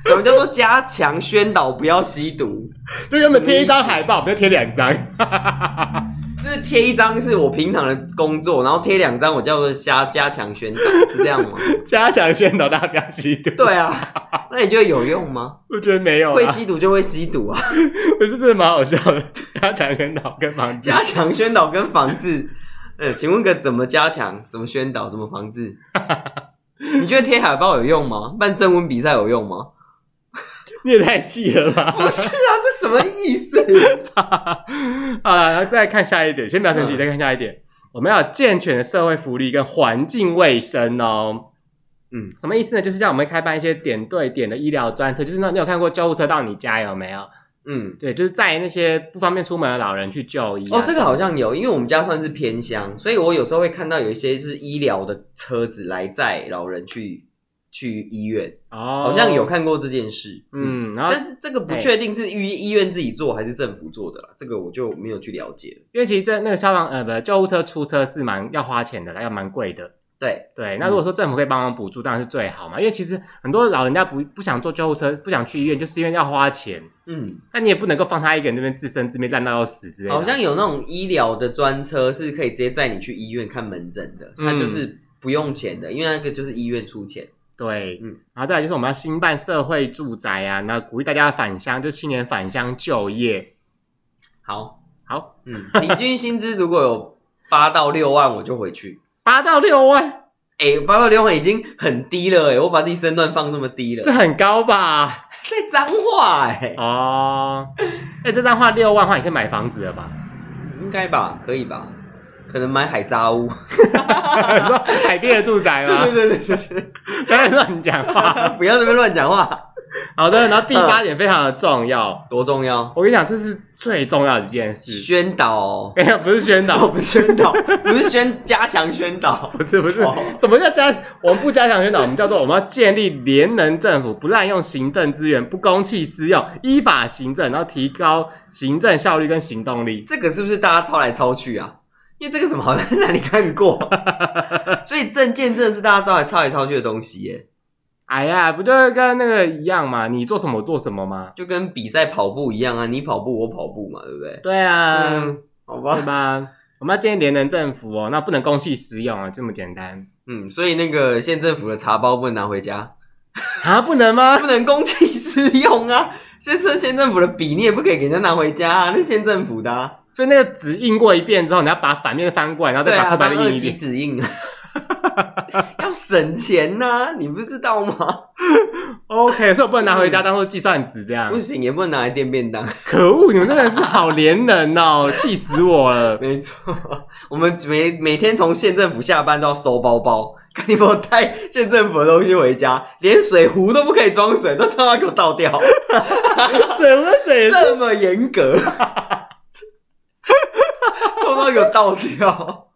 什么叫做加强宣导不要吸毒？就原本贴一张海报，我们就贴两张。 就是贴一张是我平常的工作，然后贴两张我叫做加加强宣导，是这样吗？加强宣导大家不要吸毒。 对啊，那你觉得有用吗？我觉得没有会啦，吸毒就会吸毒啊！ 我觉得真的蛮好笑的。 加强宣导跟防治，加强宣导跟防治，呃，请问个怎么加强？怎么宣导？怎么防 治？你觉得贴海报有用吗？办征文比赛有用 吗？你也太气了吧！不是啊，这什么意思？ 好了，然后再看下一点，先不要生气，嗯再看下一点。我们要有健全的社会福利跟环境卫生哦。嗯，什么意思呢？就是像我们会开办一些点对点的医疗专车，就是那你有看过救护车到你家有没有？嗯，对，就是载那些不方便出门的老人去就医、啊。哦，这个好像有，因为我们家算是偏乡，所以我有时候会看到有一些就是医疗的车子来载老人去去医院，哦，好像有。看过这件事。嗯，嗯，然后但是这个不确定是医医院自己做还是政府做的啦，这个我就没有去了解了。因为其实这那个消防呃不救护车出车是蛮要花钱的啦，要蛮贵的。对，对，那如果说政府可以帮忙补助，当然是最好嘛。因为其实很多老人家不不想坐救护车，不想去医院，就是因为要花钱。嗯，那你也不能够放他一个人这边自生自灭，烂到要死之类的。好像有那种医疗的专车是可以直接载你去医院看门诊的，嗯它就是不用钱的，因为那个就是医院出钱。对，嗯然后再来就是我们要兴办社会住宅啊，那鼓励大家返乡，就青年返乡就业。好，好， 嗯，平均薪资如果有八到六万，我就回去。八到六万，哎、八到六万已经很低了、哎，我把自己身段放那么低这了，很高吧？在脏话哎、哦，哎，这张话六万的话，你可以买房子了吧？ 应该吧，可以吧？可能买海沙屋。你说海边的住宅吗 对？啊对对对对不要乱讲话。对，不要这边乱讲话，好的，然后第八点非常的重要，多重要！我跟你讲，这是最重要的一件事。宣导、 哦，没有，哎不是宣哦，导，不是 宣导，不是宣加强宣导，不是不是哦，什么叫加？我们不加强宣导，我们叫做我们要建立联能政府，不滥用行政资源，不公器私用，依法行政，然后提高行政效率跟行动力。这个是不是大家抄来抄去啊？因为这个怎么好像在哪里 看过？所以证件真的是大家抄来抄来抄去的东西耶，哎呀，不就是跟那个一样嘛？你做什么我做什么吗？就跟比赛跑步一样啊，你跑步我跑步嘛，对不对？对啊，嗯，好对吧，吧？我们要建立联能政府哦，那不能公器私用啊，这么简单嗯，所以那个县政府的茶包不能拿回家，啊？不能吗？不能公器私用啊。现在县政府的笔你也不可以给人家拿回家啊，那县政府的、啊。所以那个纸印过一遍之后，你要把反面翻过来，然后对再把啊，空白当的二印一级遍。指印， 要省钱呐、你不 知道吗？ OK，所以我不能拿回嗯家当做计算纸这样不。行，也不能拿来垫便当。可恶，你们真的是好连人哦，气死我了！没错，我们每每天从县政府下班都要收包包，看你有没有带县政府的东西回家，连水壶都不可以装水，都他妈给我倒掉，什么水这么严格，通通给我倒掉。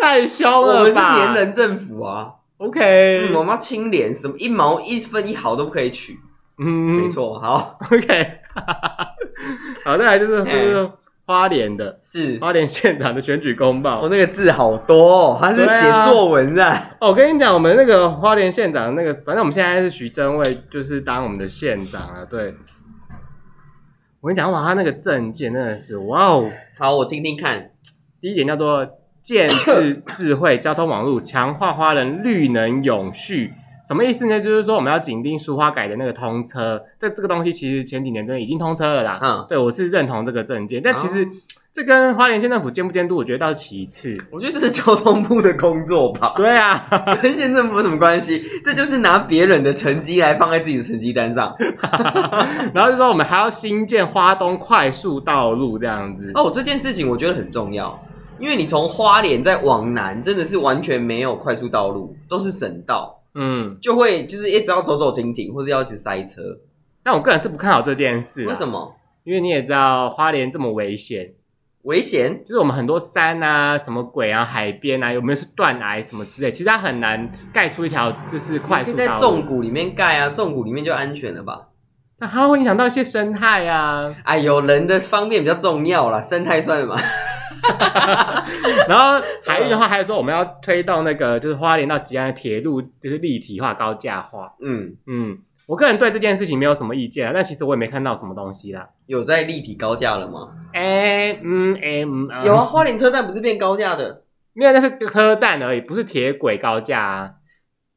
太凶了吧？我们是年人政府啊， ，OK，嗯、我们要清廉，什么一毛一分一毫都不可以取。嗯没错，好 ，OK，好，再来就是哎就是花莲的是。花莲县长的选举公报我、。哦那个字好多、哦，他是写作文是吧？哦，我跟你讲，我们那个花莲县长那个，反正我们现在是徐正伟，就是当我们的县长了。对，我跟你讲，哇，他那个证件真的是哇哦！好，我听听看。第一点叫做建 制智慧交通网络，强化花人绿能永续。什么意思呢？就是说我们要紧盯苏花改的那个通车，这这个东西其实前几年真的已经通车了啦。嗯对我是认同这个证哦件，但其实、这跟花莲县政府监不监督，我觉得倒其次。我觉得这是交通部的工作吧，对啊， 跟县政府有什么关系？这就是拿别人的成绩来放在自己的成绩单上。然后就说我们还要新建花东快速道路这样子。哦，这件事情我觉得很重要，因为你从花莲再往南，真的是完全没有快速道路，都是省道，嗯，就会就是一直要走走停停，或者要一直塞车。但我个人是不看好这件事。为什么？么？因为你也知道花莲这么危险，危险？就是我们很多山啊、什么鬼啊、海边啊，有没有是断崖什么之类，其实它很难盖出一条就是快可以速在道路，纵谷里面盖啊，纵谷里面就安全了吧？那它会影响到一些生态 啊。哎呦，人的方面比较重要啦，生态算什么？然后海运的话，还有说我们要推动那个就是花莲到吉安的铁路就是立体化、高架化。嗯，嗯，我个人对这件事情没有什么意见啊，但其实我也没看到什么东西啦。有在立体高架了吗？哎，嗯，哎，嗯，呃有啊，，花莲车站不是变高架的没有，那是车站而已，不是铁轨高架啊。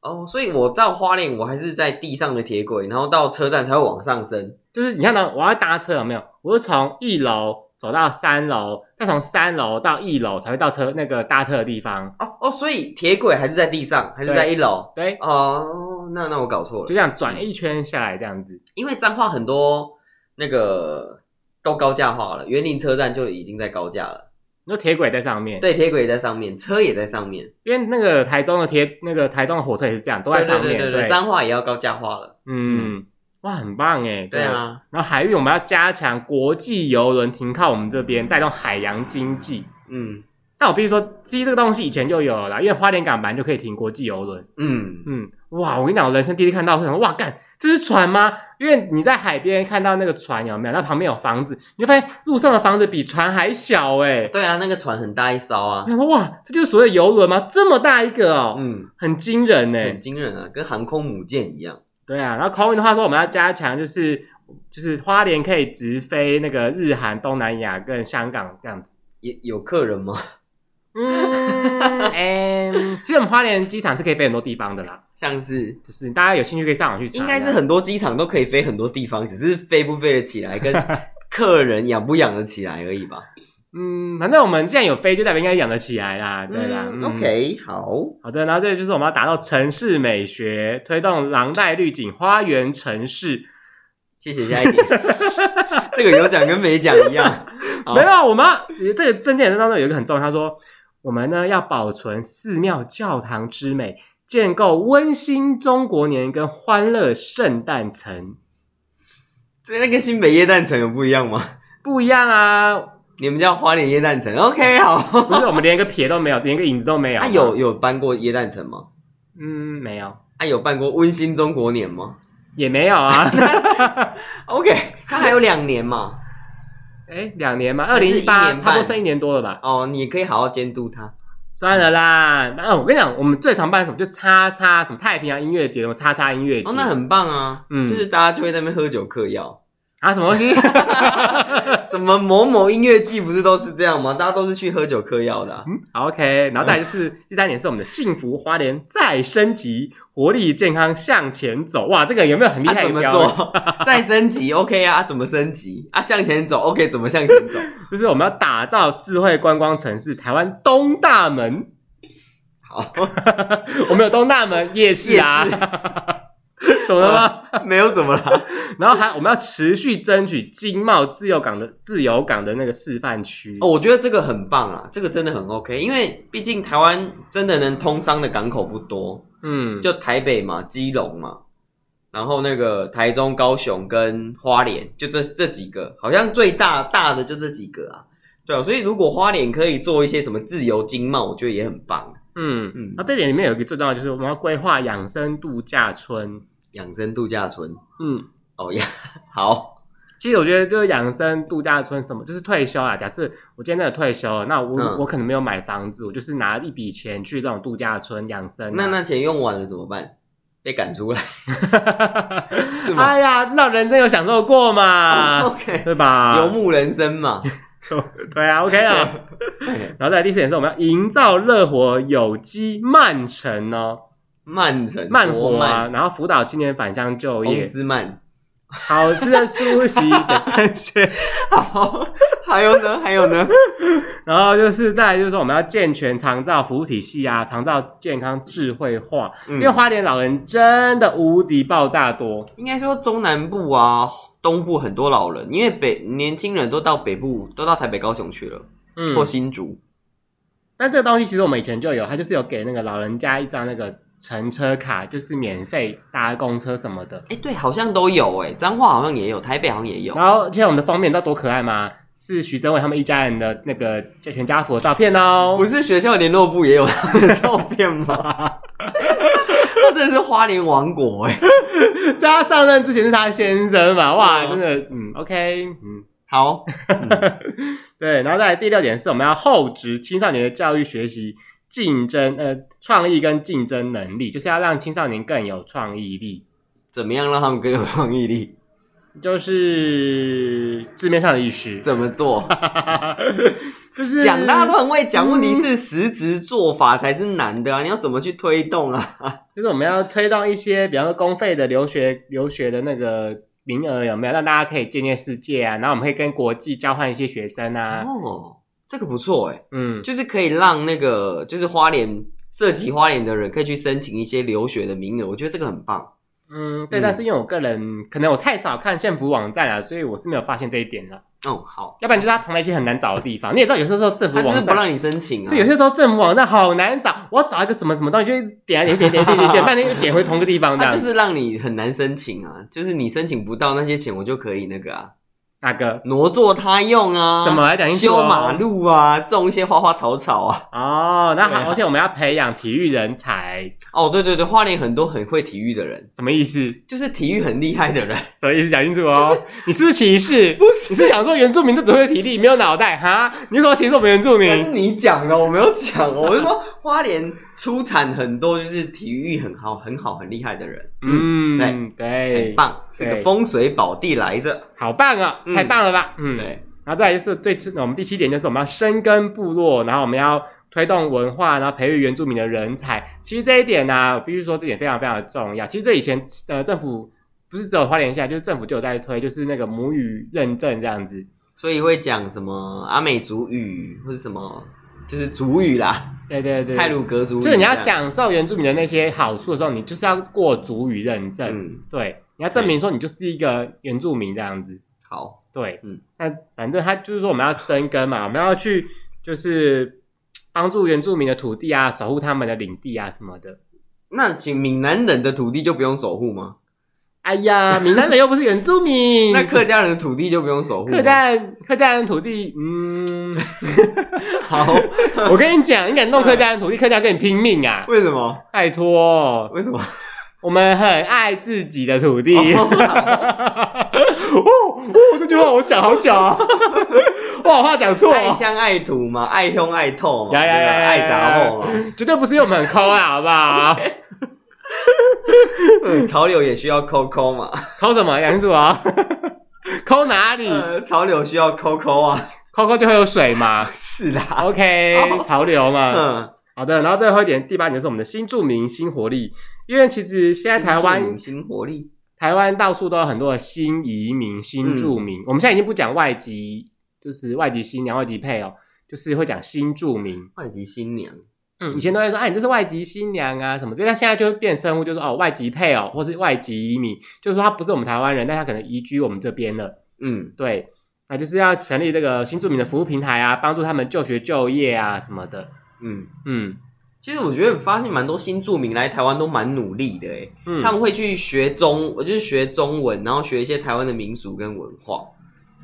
哦，所以我到花莲，我还是在地上的铁轨，然后到车站才会往上升。就是你看到我要搭车有没有？我是从一楼走到三楼，再从三楼到一楼才会到车那个搭车的地方。哦哦，所以铁轨还是在地上，还是在一楼？对，哦，那那我搞错就了这，样转一圈下来这样子。因为彰化很多那个都高架化了，园林车站就已经在高架了，你说铁轨在上面，，对，铁轨也在上面，车也在上面，因为那个台中的铁那个台中的火车也是这样，都在上面。对对对对，彰化也要高架化了，嗯，哇，很棒哎。对。啊，然后海运我们要加强国际游轮停靠我们这边，带动海洋经济。嗯，但但我必须说，鸡这个东西以前就有了啦，因为花莲港本来就可以停国际游轮。嗯，嗯，哇，我跟你讲，我人生第一次看到，我想说，哇，干，这是船吗？因为你在海边看到那个船有没有？那旁边有房子，你就发现路上的房子比船还小哎、对啊，那个船很大一艘啊我，想说，哇，这就是所谓的游轮吗？这么大一个哦，嗯，很惊人哎、很惊人啊，跟航空母舰一样。对啊，然后空运的话说，我们要加强就是就是花莲可以直飞那个日韩、东南亚跟香港这样子。也有客人吗？ 嗯，哎、 其实我们花莲机场是可以飞很多地方的啦，像是就是大家有兴趣可以上网去查一下。应该是很多机场都可以飞很多地方，只是飞不飞得起 来，跟客人养不养得起来而已吧。嗯，反正我们既然有飞，就代表应该养得起来啦，对啦。嗯嗯 OK，好，好的，然后这里就是我们要达到城市美学，推动廊带绿景花园城市。谢谢下 一题。这个有讲跟没讲一样。好没有，啊我们要这个证件当中有一个很重要，他说我们呢要保存寺庙教堂之美，建构温馨中国年跟欢乐圣诞城，所以那跟新北耶诞城有不一样吗？不一样啊！你们叫花莲耶诞城？OK，好。嗯不是我们连个撇都没有，连个影子都没有。 啊，有，有搬过耶诞城吗？嗯，没有，啊，有办过温馨中国年吗也没有 啊。 ？OK，它还有两年嘛。哎，两年嘛，二还是零一一年半八，差不多剩一年多了吧。哦，你可以好好监督它。算了啦，那、我跟你讲，我们最常办什么就叉叉什么太平洋音乐节，什么叉叉音乐节，哦，那很棒啊。嗯就是大家就会在那边喝酒嗑药。啊什么东西？ 什么某某音乐季不是都是这样吗？大家都是去喝酒嗑药的啊、嗯好，OK，然后再来就是 第三点是我们的幸福花莲再升级，活力健康向前走。哇，这个有没有 很厉啊，害怎的么标语？做？ 再升级？OK 啊，啊怎么升级？啊，向前走？OK，怎么向前走？ 就是我们要打造智慧观光城市，台湾东大门， 好， 我们有东大门夜市啊， 怎么了吗？没有怎么啦。 然后还我们要持续争取经贸自由港的自由港的那个示范区。哦，我觉得这个很棒啊，这个真的很 OK，因为毕竟台湾真的能通商的港口不多，嗯，就台北嘛、基隆嘛，然后那个台中、高雄跟花莲，就这这几个，好像最大大的就这几个啊。对啊，所以如果花莲可以做一些什么自由经贸，我觉得也很棒。嗯嗯嗯，那这点里面有一个最重要的就是我们要规划养生度假村。养生度假村，嗯，哦呀，好，其实我觉得就是养生度假村什么，就是退休啊。假设我今天真的退休了，那我、嗯我可能没有买房子，我就是拿一笔钱去这种度假村养生、啊那那钱用完了怎么办？被赶出来那吗 哦哎呀，至少人生有享受过嘛， ？OK，对吧？游牧人生嘛。 对啊，OK 啊。然后再来第四点是我们要营造热火有机慢城哦，慢哦城、慢国活啊，然后辅导青年返乡就红业，之 慢。好吃的 梳洗的战线。好，还有呢，还有呢，然后就是再来就是说，我们要健全长照服务体系啊，长照健康智慧化，嗯因为花莲老人真的无敌爆炸多。应该说中南部啊、东部很多老人，因为北年轻人都到北部，都到台北、高雄去了，嗯或，新竹。但这个东西其实我们以前就有，它就是有给那个老人家一张那个乘车卡，就是免费搭公车什么的。哎、对，好像都有哎、彰化好像也有，台北好像也有。然后现在我们的封面，你知道多可爱吗？是徐峥伟他们一家人的那个全家福的照片哦不。是学校联络部也有他们的照片吗？ 那真的是花莲王国哎、在他上任之前是他先生嘛？哇，嗯真的，嗯，OK，嗯，好，对，然后再来第六点是我们要厚植青少年的教育学习竞争呃创意跟竞争能力，就是要让青少年更有创意力，怎么样让他们更有创意力？就是字面上的意思， 怎么做？就是讲大家都很会讲，问题是实质做法才是难的啊！你要怎么去推动啊？就是我们要推动一些，比方说公费的留学留学的那个名额有没有，让大家可以见见世界啊，然后我们可以跟国际交换一些学生啊，哦，这个不错哎、嗯，就是可以让那个就是花莲涉及花莲的人可以去申请一些留学的名额，我觉得这个很棒。嗯，对，嗯但是因为我个人可能我太少看县府网站了，所以我是没有发现这一点啊了。哦，好，要不然就是它藏在一些很难找的地方。你也知道，有些时候政府他网就是站，不让你申请啊。对，有些时候政府网站好难找。我要找一个什么什么东西，就一直点啊点点点点点点，半天又点回同个地方这 他样。就是让你很难申请啊，就是你申请不到那些钱，我就可以那个啊。哪个挪作他用啊，什么来讲清楚哦修马路啊，种一些花花草草啊。哦，那对啊好，而且我们要培养体育人才，哦，对对对，花莲很多很会体育的人，什么意 思？什就是体育很厉害的人。么意思？讲清楚哦。你 是不是歧视？不是你是想说原住民都只会体力，没有脑袋哈？你怎么歧视我们原住那是民？你讲的，我没有讲哦。我是说，花莲出产很多就是体育很好、很好、很厉害的人，嗯，哎对对，很，棒，是个对风水宝地来着。好棒哦，嗯太棒了吧？嗯，对，然后再来就是最次我们第七点就是我们要深耕部落，然后我们要推动文化，然后培育原住民的人才。其实这一点呢、我必须说这点非常非常的重要。其实这以前呃政府不是只有花莲县，就是政府就有在推，就是那个母语认证这样子。所以会讲什么阿美族语或者什么，就是族语啦，对对对，泰鲁格族语。就是你要，享受原住民的那些好处的时候，你就是要过族语认证，嗯，对，你要证明说你就是一个原住民这样子。好，对，嗯嗯，那反正他就是说我们要深耕嘛，我们要去就是帮助原住民的土地啊，守护他们的领地啊什么的。那请闽南人的土地就不用守护吗？哎呀，闽南人又不是原住民， 那客家人的土地就不用守护吗？客家人客家人土地，嗯，好，我跟你讲，你敢弄客家人土地，客家跟你拼命 啊！为什么？拜托，为什么？我们很爱自己的土地。哦哦哦，这句话我想好久啊， 我好怕讲错啊、爱乡爱土嘛，爱乡爱透嘛，呀呀对吧呀呀爱杂货嘛。绝对不是因为我们很抠啊，好不好？ 嗯潮流也需要抠抠嘛，抠什么？杨主啊？ 抠哪里？呃，潮流需要抠抠啊，抠抠就会有水 嘛。是啦， OK，好潮流嘛。哦嗯，好的，然后最后一点，第八点就是我们的新著名新活力，因为其实现在台湾新活力，台湾到处都有很多的新移民、新住民。嗯我们现在已经不讲外籍，就是外籍新娘、外籍配偶，就是会讲新住民。外籍新娘，嗯，以前都会说啊，你这是外籍新娘啊什么这样现在就会变称呼，就是哦外籍配偶或是外籍移民，就是说他不是我们台湾人，但他可能移居我们这边了。嗯，对，那就是要成立这个新住民的服务平台啊，帮助他们就学、就业啊什么的。嗯，嗯其实我觉得发现蛮多新住民来台湾都蛮努力的诶，嗯，他们会去学中，就是学中文，然后学一些台湾的民俗跟文化，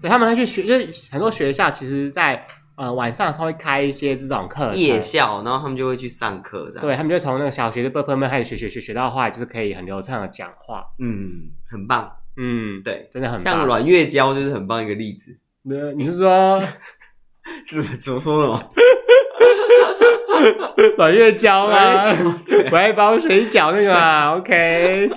对他们会去学，就是很多学校其实在呃晚上稍微开一些这种课程。夜啊校，然后他们就会去上课这样，对，他们就从那个小学的辈辈们开始学学学学到后来，就是可以很流畅的讲话。嗯，很棒，嗯，对，真的很像棒。阮月娇就是很棒一个例子， 呃你是说是怎么说的吗？阮月娇吗？ 阮月娇对 白包水饺那个嘛，OK。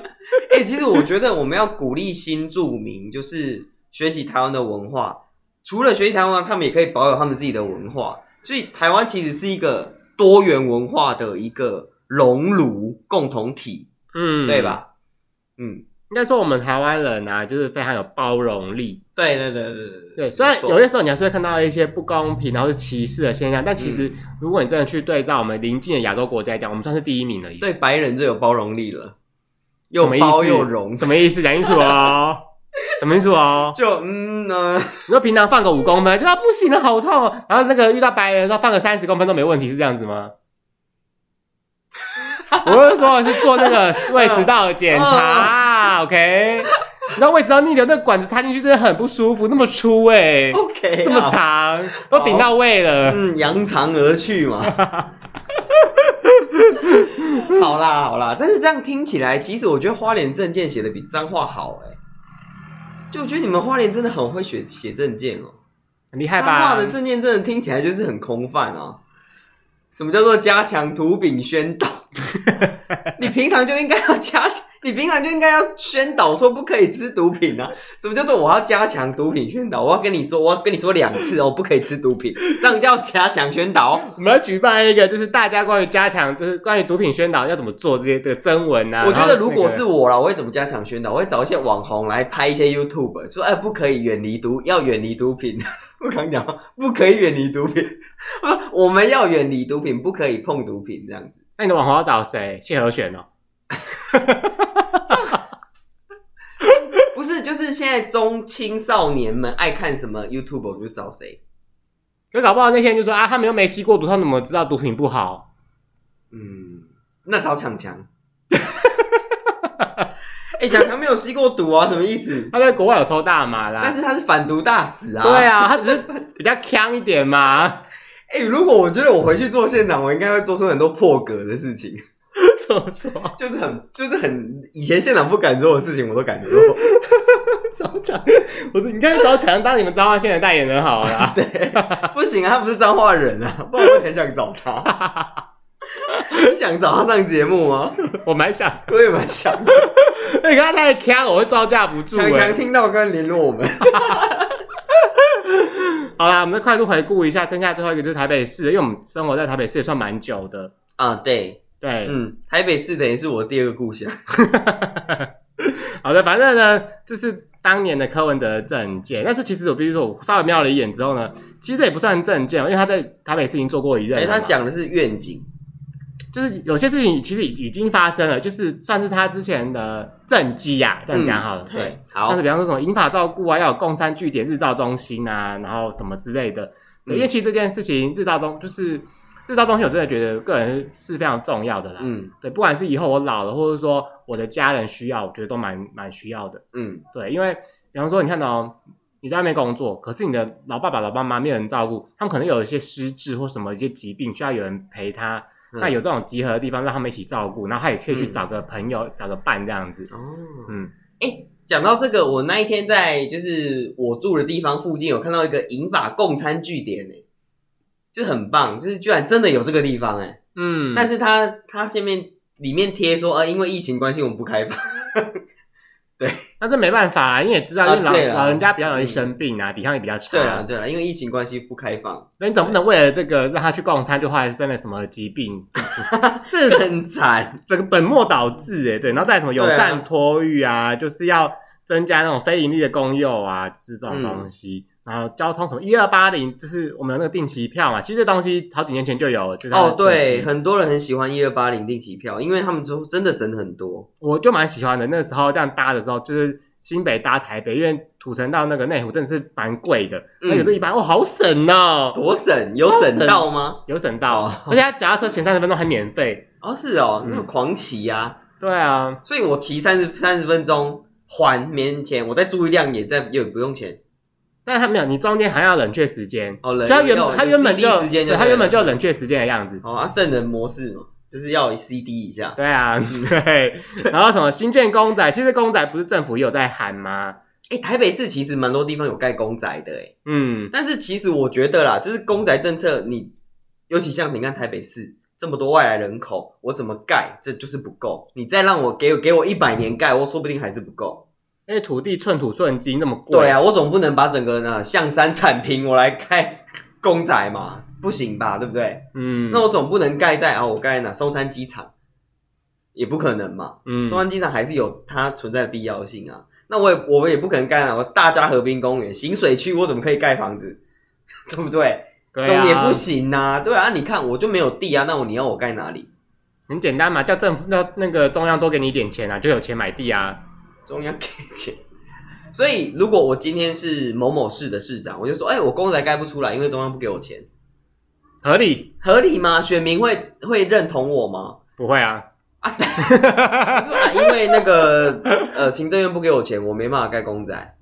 哎、其实我觉得我们要鼓励新住民，就是学习台湾的文化。除了学习台湾文化，他们也可以保有他们自己的文化。所以台湾其实是一个多元文化的一个熔炉共同体，嗯，对？吧？嗯，应该说我们台湾人啊，就是非常有包容力。对对对对对对，虽然没错有些时候你还是会看到一些不公平，然后是歧视的现象，但其实嗯如果你真的去对照我们邻近的亚洲国家来讲，我们算是第一名而已。，对白人最有包容力了，什又么意包思？又容，什么意思？讲清楚 哦，什么意思哦？就嗯 呢、你说平常放个五公分，就啊不行了，好痛哦。然后那个遇到白人的时候放个三十公分都没问题，是这样子 吗？我是说，是做那个胃食道的检嗯查、o k 然后胃食道逆流，那管子插进去真的很不舒服，那么粗哎、 OK，啊这么，长，都顶到胃了。嗯，扬长而去嘛。 好啦好啦，但是这样听起来，其实我觉得花莲证件写的比彰化好哎、就我觉得你们花莲真的很会写写证件哦、很厉害彰吧化？的证件真的听起来就是很空泛啊。什么叫做加强土饼宣导？你平常就应该要加强，你平常就应该要宣导说不可以吃毒品啊！什么叫做我要加强毒品宣导？我要跟你说，我要跟你说两次哦，不可以吃毒品，这样叫加强宣导。哦我们要举办一个，就是大家关于加强，就是关于毒品宣导要怎么做这些的征文啊。我觉然得后如果那个是我啦，我会怎么加强宣导？我会找一些网红来拍一些 YouTube，说哎不可以远离毒，要远离毒品。 我刚讲不可以远离毒品，我说我们要远离毒品，不可以碰毒品这样子。那你的网红要找谁？谢和弦哦。不是，就是现在中青少年们爱看什么 YouTube，我就找谁。可搞不好那些人就说啊，他们又没吸过毒，他们怎么知道毒品不好？嗯，那找强强。哎、哎，蒋强没有吸过毒啊，什么意 思？他在国外有抽大麻啦，但是他是反毒大使啊。对。啊，他只是比较呛一点 嘛。哎、如果我觉得我回去做县长，我应该会做出很多破格的事情，怎么说？就是很就是很以前县长不敢做的事情，我都敢做。找强，我说你看找强当你们彰化县的代言人好了 啦。不行啊，他不是彰化人啊，不然我很想找他。你想找他上节目吗？我蛮想，我也蛮想的。你看他太呛，我会招架不住、强强欸。听到跟联络我们，好啦，我们快速回顾一下，剩下最后一个就是台北市，因为我们生活在台北市也算蛮久的。啊，对，对，嗯，台北市等于是我第二个故乡。 好的，反正呢，就是当年的柯文哲的证件，但是其实我必须说，我稍微瞄了一眼之后呢，其实这也不算证件，因为他在台北市已经做过一任哎、了嘛、他讲的是愿景，就是有些事情其实已已经发生了，就是算是他之前的政绩啊，这样讲好了。嗯对，，好但是，比方说什么银发照顾啊，要有共餐据点、日照中心啊，然后什么之类的。对，嗯因为其实这件事情，日照中就是日照中心，我真的觉得个人是非常重要的啦。嗯对，不管是以后我老了，或者说我的家人需要，我觉得都蛮蛮需要的。嗯，对，因为比方说，你看到、哦、你在外面工作，可是你的老爸爸、老妈妈没有人照顾，他们可能有一些失智或什么一些疾病，需要有人陪他。嗯那有这种集合的地方，让他们一起照顾，然后他也可以去嗯找个朋友、找个伴这样子。哦，嗯，讲到这个，我那一天在就是我住的地方附近有看到一个银法共餐据点呢、就很棒，就是居然真的有这个地方哎、嗯，但是它它下面里面贴说呃，因为疫情关系我们不 开放，那这没办法啊，你也知道，啊因为老、对啦嗯老人家比较容易生病啊，抵抗力比较差。对啦，对啦，因为疫情关系不开 放，那你总不能为了这个让他去共餐，就后来生了什么疾 病，这更惨，整个本末倒置哎，对，然后再什么友对啊善托育啊，就是要增加那种非盈利的公幼啊，就是嗯这种东西。然后交通什么一二八零，就是我们有那个定期票嘛，其实这东西好几年前就有了，就是它的哦，对，定期很多人很喜欢一二八零定期票，因为他们之后真的省很多，我就蛮喜欢的。那时候这样搭的时候，就是新北搭台北，因为土城到那个内湖真的是蛮贵的，嗯那有这一般哦，好省哦，多省，有省到吗？有省到，哦而且他脚踏车前三十分钟还免费。哦，是哦，那嗯狂骑呀、啊。对啊，所以我骑三十三十分钟还免钱，我再租一辆也在也不用钱。但他没有，你中间还要冷却时间。哦冷就他原有他有原本 CD 就时间就对他对原本了就有冷却时间的样子。哦，啊，圣人模式嘛，就是要 CD 一下。对 啊，对，然后什么新建公仔，其实公仔不是政府也有在喊吗？哎、台北市其实蛮多地方有盖公仔的哎，嗯，但是其实我觉得啦，就是公仔政策你，尤其像你看台北市这么多外来人口，我怎么盖这就是不够。你再让我给我给我一百年盖，我说不定还是不够。因为土地寸土寸金那么贵，对，啊，我总不能把整个呢象山铲平，我来盖 公仔嘛，不行吧，对不对？嗯，那我总不能盖在啊，我盖在哪？松山机场也不可能嘛，嗯，松山机场还是有它存在的必要性啊。那我也我也不可能盖哪？我大家河滨公园、行水区，我怎么可以盖房子？ 对不对？对总也啊不，行呐、对啊，你看我就没有地啊，那我你要我盖哪里？很简单嘛，叫政府叫那个中央多给你一点钱啊，就有钱买地啊。中央给钱。 所以如果我今天是某某市的市长，我就说，哎、我公仔盖不出来，因为中央不给我钱，合理合理吗？选民会会认同我吗？不会啊？我说啊，因为那个呃，行政院不给我钱，我没办法盖公仔。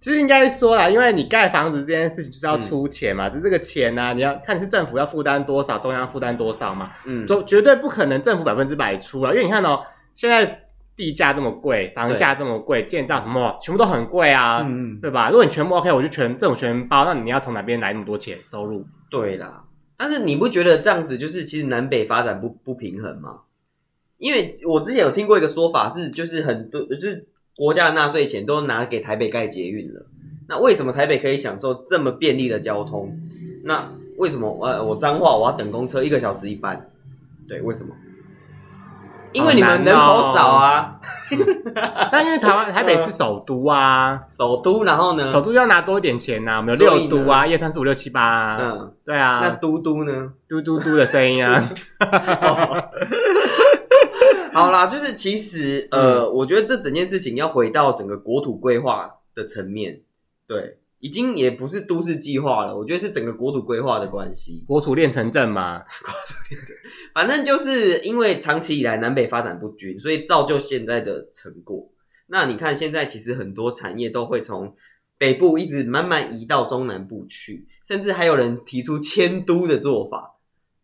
其实应该说啦，因为你盖房子这件事情就是嗯要出钱嘛，只是这个钱呢、啊，你要看是政府要负担多少，中央负担多少嘛， 嗯，就绝对不可能政府百分之百出啊，因为你看哦，现在地价这么贵，房价这么贵，建造什么全部都很贵啊，嗯，对吧？如果你全部 OK，我就全政府全包，那你要从哪边来那么多钱收入？对啦。但是你不觉得这样子就是其实南北发展不不平衡吗？因为我之前有听过一个说法是，就是很多就是国家的纳税钱都拿给台北盖捷运了，那为什么台北可以享受这么便利的交通？那为什么呃我彰化我要等公车一个小时一班？对，为什么？因为你们人口哦少啊，但因为台 湾台北是首都啊，首都，然后呢首？都要拿多一点钱呐、我们有嗯所以六都啊，一二三四五六七八啊，嗯，对那啊，嘟嘟呢？嘟嘟嘟的声音啊， 好啦，就是其实呃，我觉得这整件事情要回到整个国土规划的层面，对，已经也不是都市计划了，我觉得是整个国土规划的关系。国土炼成阵嘛，反正就是因为长期以来南北发展不均，所以造就现在的成果。那你看现在其实很多产业都会从北部一直慢慢移到中南部去，甚至还有人提出迁都的做法，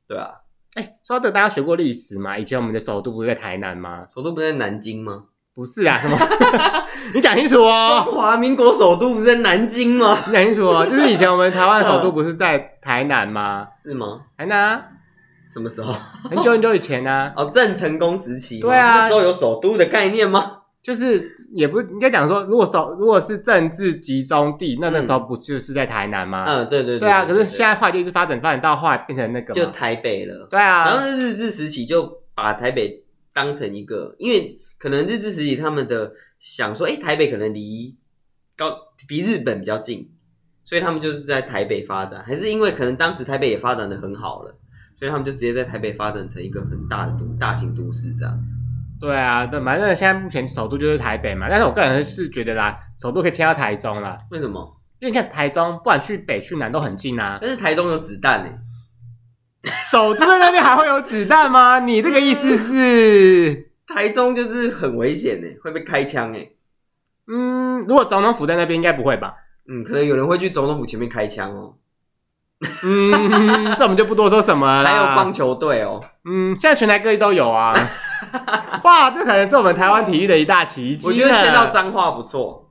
对啊，哎，说到这个，大家学过历史吗？以前我们的首都不是在台南吗？首都不是在南京吗？不是啊，什么？ 你讲清楚哦，中华民国首都不是在南京吗？你讲清楚哦。就是以前我们台湾的首都不是在台南吗？是吗？台南啊、什么时候？很久很久以前啊，哦，郑成功时期吗，对啊那时候有首都的概念吗？就是也不应该讲说，如果首如果是政治集中地，那那时候不就是在台南吗？嗯，对对对啊，可对是对现在话就一直发展发展到后来变成那个就嘛，台北了。对然啊，后日治时期就把台北当成一个，因为可能日治时期他们的想说，哎、台北可能离高比日本比较近，所以他们就是在台北发展，还是因为可能当时台北也发展的很好了，所以他们就直接在台北发展成一个很大的都大型都市这样子。对啊，对，反正现在目前首都就是台北嘛，但是我个人是觉得啦，首都可以迁到台中啦，为什么？因为你看台中，不管去北去南都很近 啊，但是台中有子弹呢、欸首都在那边还会有子弹吗？你这个意思是，台中就是很危险呢、会被开枪哎、嗯，如果总统府在那边应该不会吧？嗯，可能有人会去总统府前面开枪哦、嗯，这我们就不多说什么了啦。还有棒球队哦、嗯，现在全台各地都有 啊。哇，这可能是我们台湾体育的一大奇迹呢。我觉得签到彰化不错。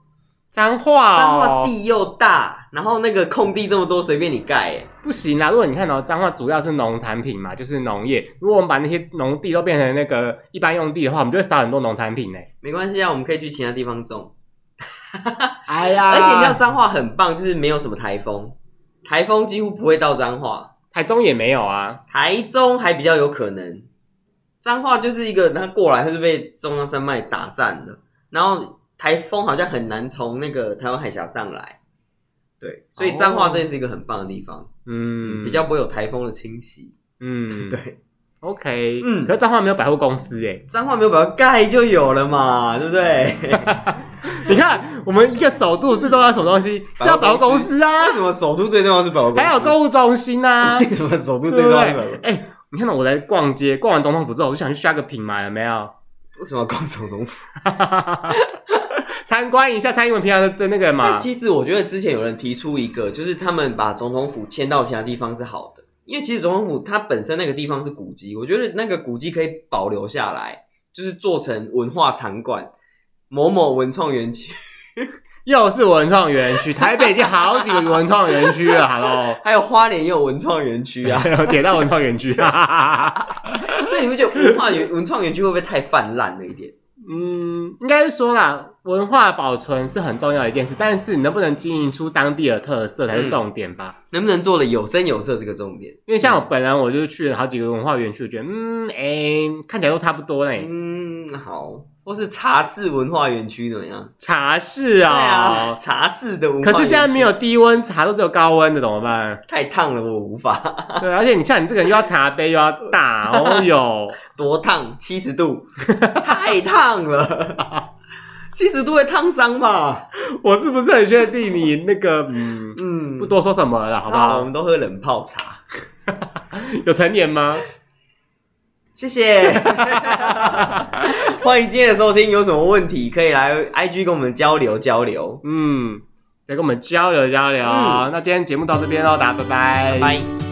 脏话、彰哦，化地又大，然后那个空地这么多，随便你盖欸耶。不行啦。如果你看哦，脏话主要是农产品嘛，就是农业。如果我们把那些农地都变成那个一般用地的话，我们就会少很多农产品呢。没关系啊，我们可以去其他地 方种。哎呀而且你知道彰化很棒，就是没有什么台风，台风几乎不会到彰化，台中也没有啊。台中还比较有可能。彰化就是一个，它过来它就被中央山脉打散了，然后台风好像很难从那个台湾海峡上来。对，所以彰化哦这是一个很棒的地方，嗯，比较不会有台风的侵袭。嗯，对， ，OK，嗯可是脏话没有百货公司哎。彰化没有把它盖就有了嘛，对不对？ 你看，我们一个首都最重要的什么东西是要百货公司啊，为什么首都最重要是百货公司？还有购物中心啊。为 什么首都对最对重对要是百货？哎、你看到我来逛街，逛完总统府之后，我就想去 shopping 嘛，有没有？ 为什么要逛总统府？参观一下蔡英文平常的那个嘛但，其实我觉得之前有人提出一个，就是他们把总统府迁到其他地方是好的，因为其实总统府它本身那个地方是古迹，我觉得那个古迹可以保留下来，就是做成文化场馆，某某文创园区， 又是文创园区，台北已经好几个文创园区了，Hello，还有花莲也有文创园区啊， 铁道文创园区，所以你会觉得文化园文创园区会不会太泛滥了一点？ 嗯，应该是说啦，文化保存是很重要的一件事，但是你能不能经营出当地的特色才是重点吧。能不能做的有声有色这个重点？因为像我本人，我就去了好几个文化园区，我觉得嗯，哎、看起来都差不多嘞。嗯，好，或是茶室文化园区怎么样？茶室对啊、啊，茶室的文化哦可园区，？是现在没有低温茶，都只有高温的，怎么办 太烫了，我无法对，而且你像你这个人又要茶杯又要大，哦哟，多烫，七十度，太烫了，七十度会烫伤吧？ 我是不是很确定你那个嗯，嗯，不多说什么了，好不我好们？都喝冷泡茶，有成年吗？谢谢。 欢迎今天的收听，有什么问题可以来 IG 跟我们交流交流，嗯，来跟我们交流交流。嗯那今天节目到这边喽，大家拜拜，拜。